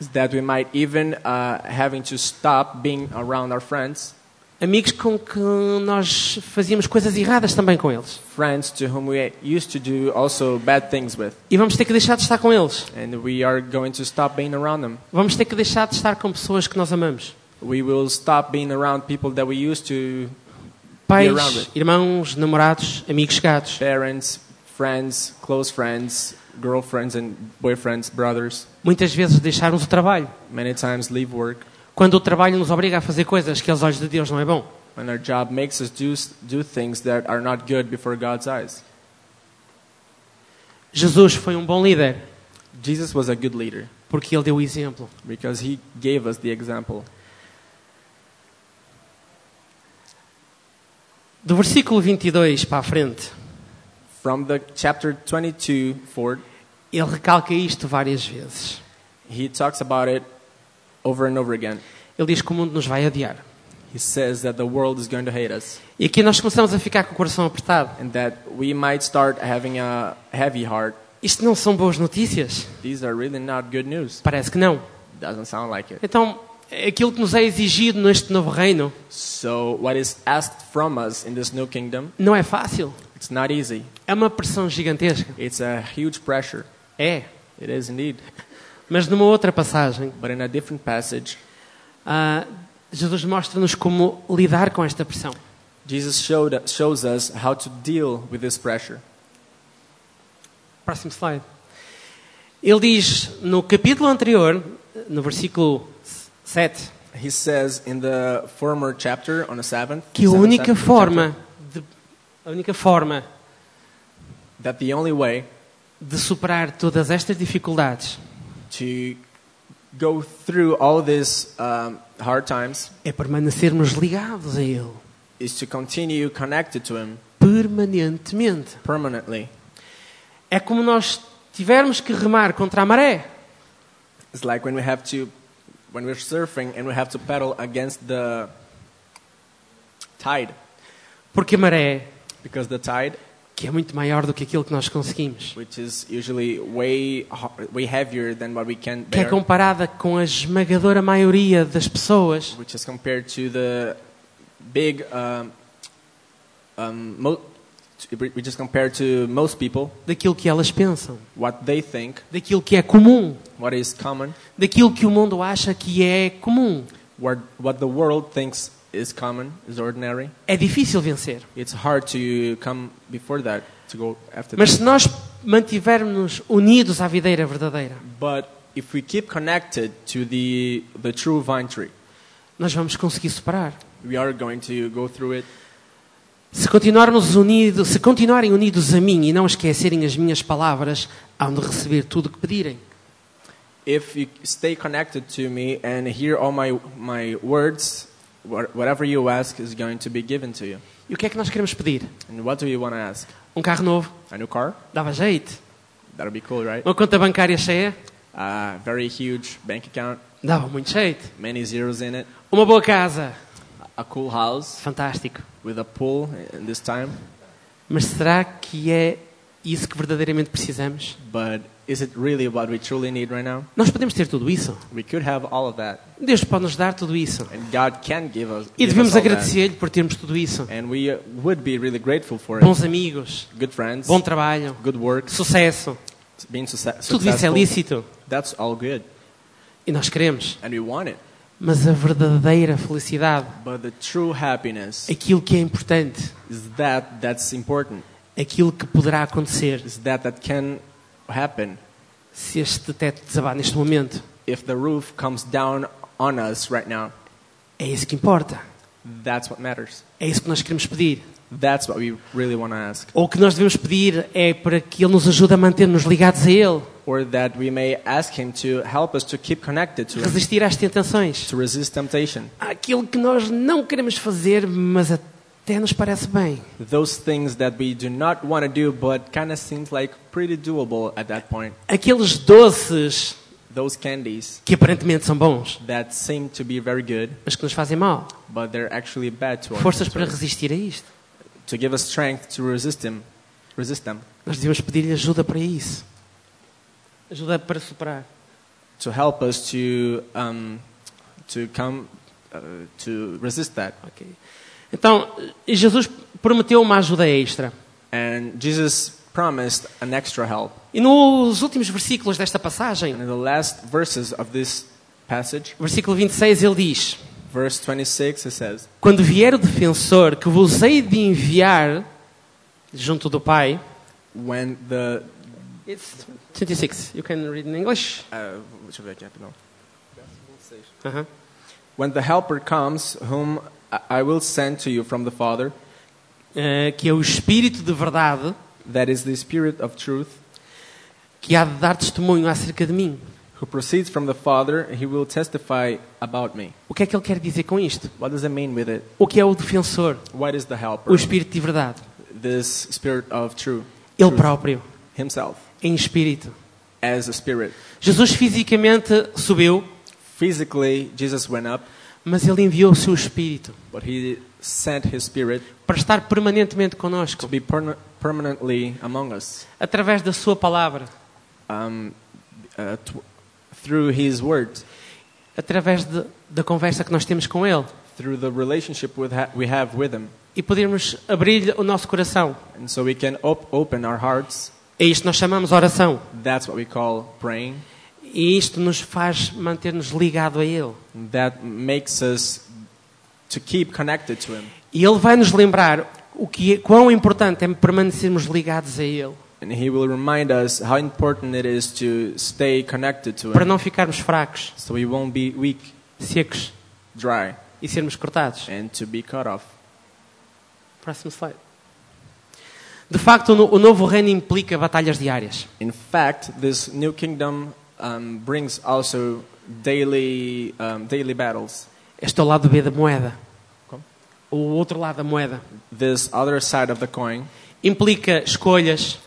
Speaker 2: is that we might even uh, having to stop being around our friends,
Speaker 1: Amigos com que nós fazíamos coisas erradas também com eles.
Speaker 2: friends to whom we used to do also bad things with.
Speaker 1: E vamos ter que deixar de estar com eles.
Speaker 2: And we are going to stop being around them.
Speaker 1: Vamos ter que deixar de estar com pessoas que nós amamos.
Speaker 2: We will stop being around people that we used to
Speaker 1: Pais, irmãos, namorados, amigos gatos.
Speaker 2: parents, friends, close friends, girlfriends and boyfriends, brothers.
Speaker 1: Muitas vezes deixarmos o trabalho.
Speaker 2: Many times leave work
Speaker 1: Quando o trabalho nos obriga a fazer coisas que aos olhos de Deus não é bom.
Speaker 2: when our job makes us do, do things that are not good before God's eyes.
Speaker 1: Jesus foi um bom líder,
Speaker 2: Jesus was a good leader
Speaker 1: porque ele deu o exemplo.
Speaker 2: because he gave us the example.
Speaker 1: Do versículo 22 para a frente,
Speaker 2: From the chapter 22 forward,
Speaker 1: ele recalca isto várias vezes.
Speaker 2: he talks about it over and over again.
Speaker 1: Ele diz que o mundo nos vai adiar.
Speaker 2: He says that the world is going to hate us
Speaker 1: E aqui nós começamos a ficar com o coração apertado.
Speaker 2: and that we might start having a heavy heart.
Speaker 1: Isto não são boas notícias?
Speaker 2: These are really not good news.
Speaker 1: Parece que não.
Speaker 2: Doesn't sound like it.
Speaker 1: Então, aquilo que nos é exigido neste novo reino
Speaker 2: So, what is asked from us in this new kingdom,
Speaker 1: não é fácil.
Speaker 2: it's not easy.
Speaker 1: É uma pressão gigantesca.
Speaker 2: It's a huge pressure.
Speaker 1: É.
Speaker 2: It is indeed.
Speaker 1: Mas numa outra passagem,
Speaker 2: But in a different passage,
Speaker 1: ah, Jesus mostra-nos como lidar com esta pressão.
Speaker 2: Jesus showed, shows us how to deal with this pressure.
Speaker 1: Próximo slide. Ele diz no capítulo anterior, no versículo 7,
Speaker 2: He says in the former chapter, on the seventh,
Speaker 1: que a
Speaker 2: seventh
Speaker 1: única
Speaker 2: chapter,
Speaker 1: forma de, a única forma
Speaker 2: that the only way
Speaker 1: de superar todas estas dificuldades
Speaker 2: to go through all these um, hard times
Speaker 1: é permanecermos ligados a Ele
Speaker 2: is to continue connected to Him
Speaker 1: permanentemente.
Speaker 2: permanently.
Speaker 1: É como nós tivermos que remar contra a maré.
Speaker 2: It's like when we have to, when we're surfing and we have to paddle against the tide,
Speaker 1: Porque a maré,
Speaker 2: because the tide,
Speaker 1: que é muito maior do que aquilo que nós conseguimos,
Speaker 2: which is usually way ho- way heavier than what we can
Speaker 1: que é
Speaker 2: bear,
Speaker 1: comparada com a esmagadora maioria das pessoas,
Speaker 2: which is compared to the big, um, um, mo- to- which is compared to most people,
Speaker 1: daquilo que elas pensam,
Speaker 2: what they think,
Speaker 1: daquilo que é comum,
Speaker 2: what is common,
Speaker 1: daquilo que o mundo acha que é comum.
Speaker 2: what what the world thinks is common, is ordinary.
Speaker 1: É difícil vencer.
Speaker 2: It's hard to come before that, to go after
Speaker 1: Mas
Speaker 2: that.
Speaker 1: se nós mantivermos unidos à videira verdadeira,
Speaker 2: But if we keep connected to the, the true vine tree,
Speaker 1: nós vamos conseguir superar.
Speaker 2: we are going to go through it.
Speaker 1: Se continuarmos unidos, se continuarem unidos a mim e não esquecerem as minhas palavras, hão de receber tudo o que pedirem.
Speaker 2: If you stay connected to me and hear all my, my words, wha- whatever you ask is going to be given to you.
Speaker 1: E o que é que nós queremos pedir?
Speaker 2: And what do you want to ask?
Speaker 1: Um carro novo?
Speaker 2: A new car?
Speaker 1: Dava jeito.
Speaker 2: That'll be cool, right?
Speaker 1: Uma conta bancária cheia?
Speaker 2: Uh, very huge bank account,
Speaker 1: Dava muito jeito.
Speaker 2: many zeros in it,
Speaker 1: Uma boa casa?
Speaker 2: a cool house
Speaker 1: Fantástico.
Speaker 2: with a pool in this time.
Speaker 1: Mas será que é isso que verdadeiramente precisamos?
Speaker 2: But is it really what we truly need right now?
Speaker 1: Nós podemos ter tudo isso.
Speaker 2: We could have all of that,
Speaker 1: Deus pode nos dar tudo isso.
Speaker 2: and God can give us.
Speaker 1: E
Speaker 2: give us
Speaker 1: devemos
Speaker 2: all that.
Speaker 1: agradecer-lhe por termos tudo isso.
Speaker 2: And we uh, would be really grateful for it.
Speaker 1: Bons amigos,
Speaker 2: Good friends,
Speaker 1: bom trabalho,
Speaker 2: good works,
Speaker 1: sucesso,
Speaker 2: being suce-
Speaker 1: tudo isso é
Speaker 2: successful.
Speaker 1: lícito.
Speaker 2: That's all good,
Speaker 1: E nós queremos.
Speaker 2: and we want it.
Speaker 1: Mas a verdadeira felicidade,
Speaker 2: But the true happiness
Speaker 1: aquilo que é importante,
Speaker 2: is that that's important.
Speaker 1: aquilo que poderá acontecer
Speaker 2: Is that that can happen
Speaker 1: se este teto desabar neste momento,
Speaker 2: if the roof comes down on us right now.
Speaker 1: é isso que importa.
Speaker 2: That's what matters.
Speaker 1: É isso que nós queremos pedir.
Speaker 2: That's what we really want to ask.
Speaker 1: Ou o que nós devemos pedir é para que Ele nos ajude a manter-nos ligados a Ele,
Speaker 2: Or that we may ask Him to help us to keep connected to Him,
Speaker 1: resistir às tentações.
Speaker 2: to resist temptation.
Speaker 1: Aquilo que nós não queremos fazer, mas até nos parece bem.
Speaker 2: Those things that we do not want to do, but kind of seems like pretty doable at that point.
Speaker 1: Aqueles doces
Speaker 2: Those candies
Speaker 1: que aparentemente são bons,
Speaker 2: that seem to be very good,
Speaker 1: mas que nos fazem mal.
Speaker 2: but they're actually bad to us.
Speaker 1: Forças para resistir a isto.
Speaker 2: To give us strength to resist them. Resist them.
Speaker 1: Nós devemos pedir-lhe ajuda para isso. Ajuda para superar.
Speaker 2: to help us to um, to come uh, to resist that.
Speaker 1: Ok. Então, Jesus prometeu uma ajuda extra.
Speaker 2: And Jesus promised an extra help.
Speaker 1: E nos últimos versículos desta passagem,
Speaker 2: And in the last verses of this passage,
Speaker 1: versículo 26, ele diz:
Speaker 2: verse 26, it says,
Speaker 1: Quando vier o defensor que vos hei de enviar junto do Pai.
Speaker 2: "When the
Speaker 1: It's 26. You can read in English.
Speaker 2: uh, deixa eu ver aqui rapidão.
Speaker 1: Aham.
Speaker 2: when the Helper comes, whom I- I will send to you from the Father,
Speaker 1: Eh, que é o Espírito de verdade
Speaker 2: that is the Spirit of truth,
Speaker 1: que há de dar testemunho acerca de mim.
Speaker 2: who proceeds from the Father, he will testify about me."
Speaker 1: O que é que ele quer dizer com isto?
Speaker 2: What does it mean with it?
Speaker 1: O que é o defensor?
Speaker 2: What is the Helper?
Speaker 1: O Espírito de verdade.
Speaker 2: This Spirit of truth,
Speaker 1: Ele
Speaker 2: truth
Speaker 1: próprio,
Speaker 2: himself.
Speaker 1: em espírito.
Speaker 2: as a spirit.
Speaker 1: Jesus fisicamente subiu,
Speaker 2: Physically, Jesus went up,
Speaker 1: mas ele enviou o seu espírito
Speaker 2: but he sent his spirit
Speaker 1: para estar permanentemente
Speaker 2: to
Speaker 1: conosco,
Speaker 2: be perna- permanently among us
Speaker 1: através da sua palavra,
Speaker 2: um, uh, tw- through his word,
Speaker 1: através de- da conversa que nós temos com ele
Speaker 2: through the relationship with ha- we have with him.
Speaker 1: e podermos abrir o nosso coração.
Speaker 2: And so we can op- open our hearts.
Speaker 1: É isto que nós chamamos oração.
Speaker 2: That's what we call praying.
Speaker 1: E isto nos faz manter-nos ligado a ele.
Speaker 2: That makes us to keep connected to him.
Speaker 1: E ele vai nos lembrar o que é, quão importante é permanecermos ligados a ele,
Speaker 2: And he will remind us how important it is to stay connected to
Speaker 1: para
Speaker 2: him
Speaker 1: não ficarmos fracos,
Speaker 2: so we won't be weak,
Speaker 1: secos
Speaker 2: dry,
Speaker 1: e sermos cortados.
Speaker 2: and to be cut off.
Speaker 1: Próximo slide. De facto, o no- o novo reino implica batalhas diárias.
Speaker 2: In fact, this new kingdom um, brings also daily, um, daily battles.
Speaker 1: Este é o lado B da moeda.
Speaker 2: Como?
Speaker 1: O outro lado da moeda.
Speaker 2: This other side of the coin
Speaker 1: Implica escolhas,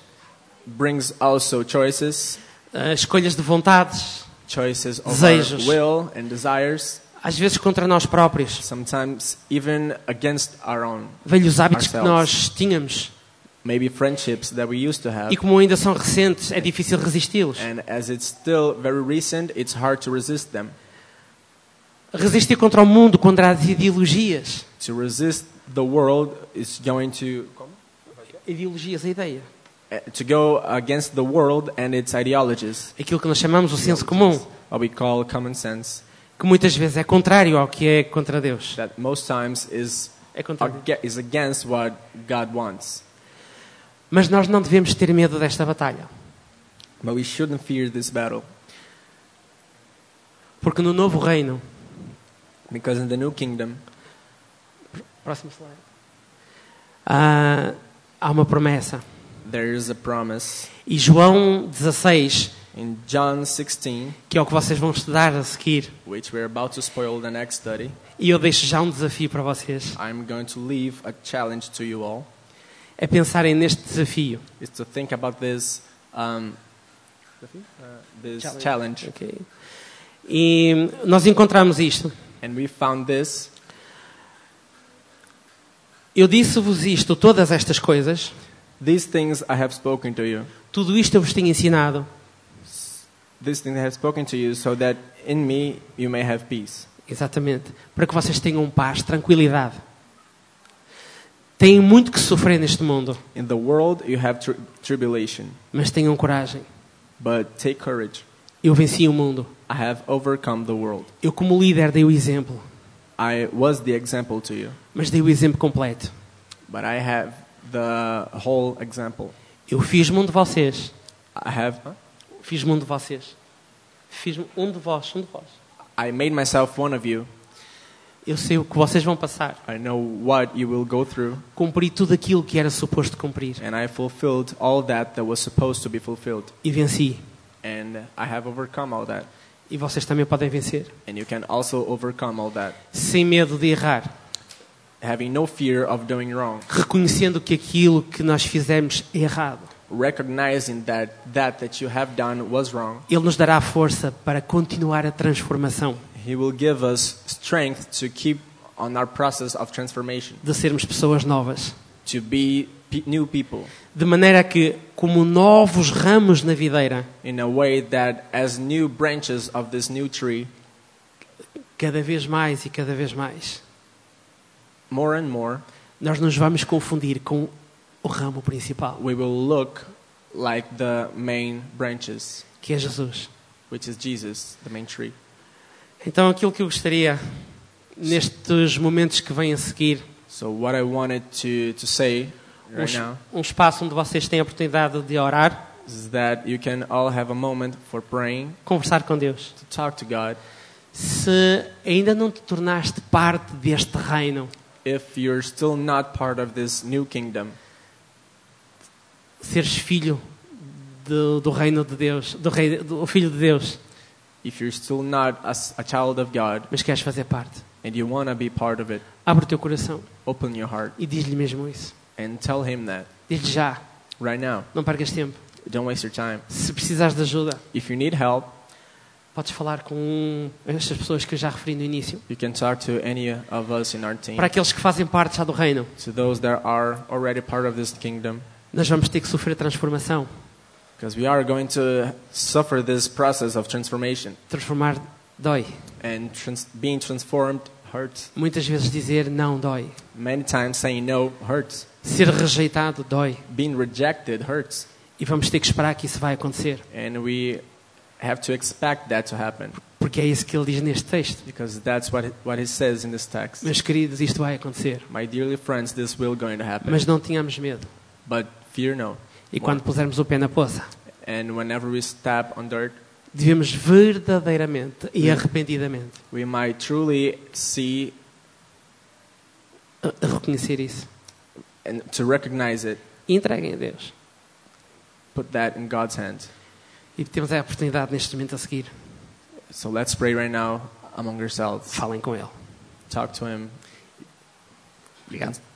Speaker 2: brings also choices,
Speaker 1: eh, escolhas de vontades,
Speaker 2: choices of
Speaker 1: Desejos.
Speaker 2: our will and desires,
Speaker 1: às vezes contra nós próprios.
Speaker 2: sometimes even against our own.
Speaker 1: Velhos hábitos que
Speaker 2: Ourselves.
Speaker 1: nós tínhamos
Speaker 2: Maybe friendships that we used to have.
Speaker 1: e como ainda são recentes, é difícil resisti-los.
Speaker 2: And as it's still very recent, it's hard to resist them.
Speaker 1: Resistir contra o mundo, contra as ideologias.
Speaker 2: To resist the world is going to,
Speaker 1: Ideologias, a ideia.
Speaker 2: eh, to go against the world and its ideologies,
Speaker 1: Aquilo que nós chamamos o senso comum,
Speaker 2: what we call common sense.
Speaker 1: que muitas vezes é contrário ao que é contra Deus.
Speaker 2: that most times is
Speaker 1: É contrário.
Speaker 2: ag- is against what God wants.
Speaker 1: Mas nós não devemos ter medo desta batalha.
Speaker 2: But we shouldn't fear this battle
Speaker 1: Porque no novo reino,
Speaker 2: because in the new kingdom
Speaker 1: próximo slide, Ah, há uma promessa.
Speaker 2: there is a promise
Speaker 1: E João 16,
Speaker 2: in John 16,
Speaker 1: que é o que vocês vão estudar a seguir,
Speaker 2: which we're about to spoil the next study.
Speaker 1: e eu deixo já um desafio para vocês,
Speaker 2: I'm going to leave a challenge to you all
Speaker 1: é pensarem neste desafio.
Speaker 2: is to think about this um, uh, this challenge.
Speaker 1: ok? E nós encontramos isto.
Speaker 2: and we found this.
Speaker 1: Eu disse-vos isto, todas estas coisas,
Speaker 2: These things I have spoken to you.
Speaker 1: tudo isto eu vos tenho ensinado,
Speaker 2: this thing that I have spoken to you, so that in me you may have peace.
Speaker 1: Exatamente. Para que vocês tenham paz, tranquilidade. Têm muito que sofrer neste mundo,
Speaker 2: In the world you have tri- tribulation,
Speaker 1: mas tenham coragem.
Speaker 2: but take courage.
Speaker 1: Eu venci o mundo.
Speaker 2: I have overcome the world.
Speaker 1: Eu, como líder, dei o exemplo,
Speaker 2: I was the example to you,
Speaker 1: mas dei o exemplo completo.
Speaker 2: but I have the whole example.
Speaker 1: Eu fiz um de vocês.
Speaker 2: I have.
Speaker 1: Fiz um de vocês. Fiz um de vós, um de vós.
Speaker 2: I made myself one of you.
Speaker 1: Eu sei o que vocês vão passar.
Speaker 2: I know what you will go through,
Speaker 1: Cumpri tudo aquilo que era suposto cumprir.
Speaker 2: and I fulfilled all that that was supposed to be fulfilled,
Speaker 1: E venci.
Speaker 2: and I have overcome all that.
Speaker 1: E vocês também podem vencer.
Speaker 2: And you can also overcome all that,
Speaker 1: Sem medo de errar.
Speaker 2: having no fear of doing wrong,
Speaker 1: Reconhecendo que aquilo que nós fizemos é errado.
Speaker 2: recognizing that that that you have done was wrong.
Speaker 1: Ele nos dará a força para continuar a transformação.
Speaker 2: He will give us strength to keep on our process of transformation,
Speaker 1: De sermos pessoas novas.
Speaker 2: to be pe- new people
Speaker 1: De maneira que, como novos ramos na videira,
Speaker 2: in a way that as new branches of this new tree,
Speaker 1: cada vez mais e cada vez mais,
Speaker 2: more and more,
Speaker 1: nós nos vamos confundir com o ramo principal,
Speaker 2: we will look like the main branches,
Speaker 1: que é Jesus.
Speaker 2: which is Jesus, the main tree.
Speaker 1: Então, aquilo que eu gostaria, nestes momentos que vêm a seguir,
Speaker 2: So what I wanted to, to say
Speaker 1: um,
Speaker 2: right
Speaker 1: es-
Speaker 2: now
Speaker 1: um espaço onde vocês têm a oportunidade de orar,
Speaker 2: is that you can all have a moment for praying,
Speaker 1: conversar com Deus.
Speaker 2: to talk to God.
Speaker 1: Se ainda não te tornaste parte deste reino,
Speaker 2: If you're still not part of this new kingdom,
Speaker 1: seres filho do, do reino de Deus, do, rei, do filho de Deus,
Speaker 2: if you're still not a, s- a child of God
Speaker 1: mas queres fazer parte,
Speaker 2: and you want to be part of it,
Speaker 1: abre o teu coração
Speaker 2: open your heart
Speaker 1: e diz-lhe mesmo isso.
Speaker 2: and tell Him that
Speaker 1: Diz-lhe já,
Speaker 2: right now.
Speaker 1: não percas tempo.
Speaker 2: Don't waste your time.
Speaker 1: Se precisares de ajuda,
Speaker 2: If you need help,
Speaker 1: podes falar com estas pessoas que eu já referi no início.
Speaker 2: you can talk to any of us in our team.
Speaker 1: Para aqueles que fazem parte já do reino,
Speaker 2: To those that are already part of this kingdom,
Speaker 1: nós vamos ter que sofrer transformação.
Speaker 2: because we are going to suffer this process of transformation.
Speaker 1: Transformar dói.
Speaker 2: and trans- being transformed hurts.
Speaker 1: Muitas vezes dizer não dói.
Speaker 2: Many times saying no hurts.
Speaker 1: Ser rejeitado dói.
Speaker 2: Being rejected hurts.
Speaker 1: E vamos ter que esperar que isso vai acontecer.
Speaker 2: And we have to expect that to happen
Speaker 1: Porque é isso que ele diz neste texto.
Speaker 2: because that's what, what he says in this text.
Speaker 1: Meus queridos, isto vai acontecer.
Speaker 2: My dearly friends, this will going to happen.
Speaker 1: Mas não tenhamos medo.
Speaker 2: But fear no.
Speaker 1: E quando pusermos o pé na poça,
Speaker 2: And whenever we step on dirt,
Speaker 1: devemos verdadeiramente e arrependidamente
Speaker 2: we might truly see
Speaker 1: a- a reconhecer isso.
Speaker 2: and to recognize it,
Speaker 1: E entreguem a Deus.
Speaker 2: put that in God's hands.
Speaker 1: E temos a oportunidade neste momento a seguir.
Speaker 2: So let's pray right now among yourselves.
Speaker 1: Falem com Ele.
Speaker 2: Talk to him.
Speaker 1: Obrigado.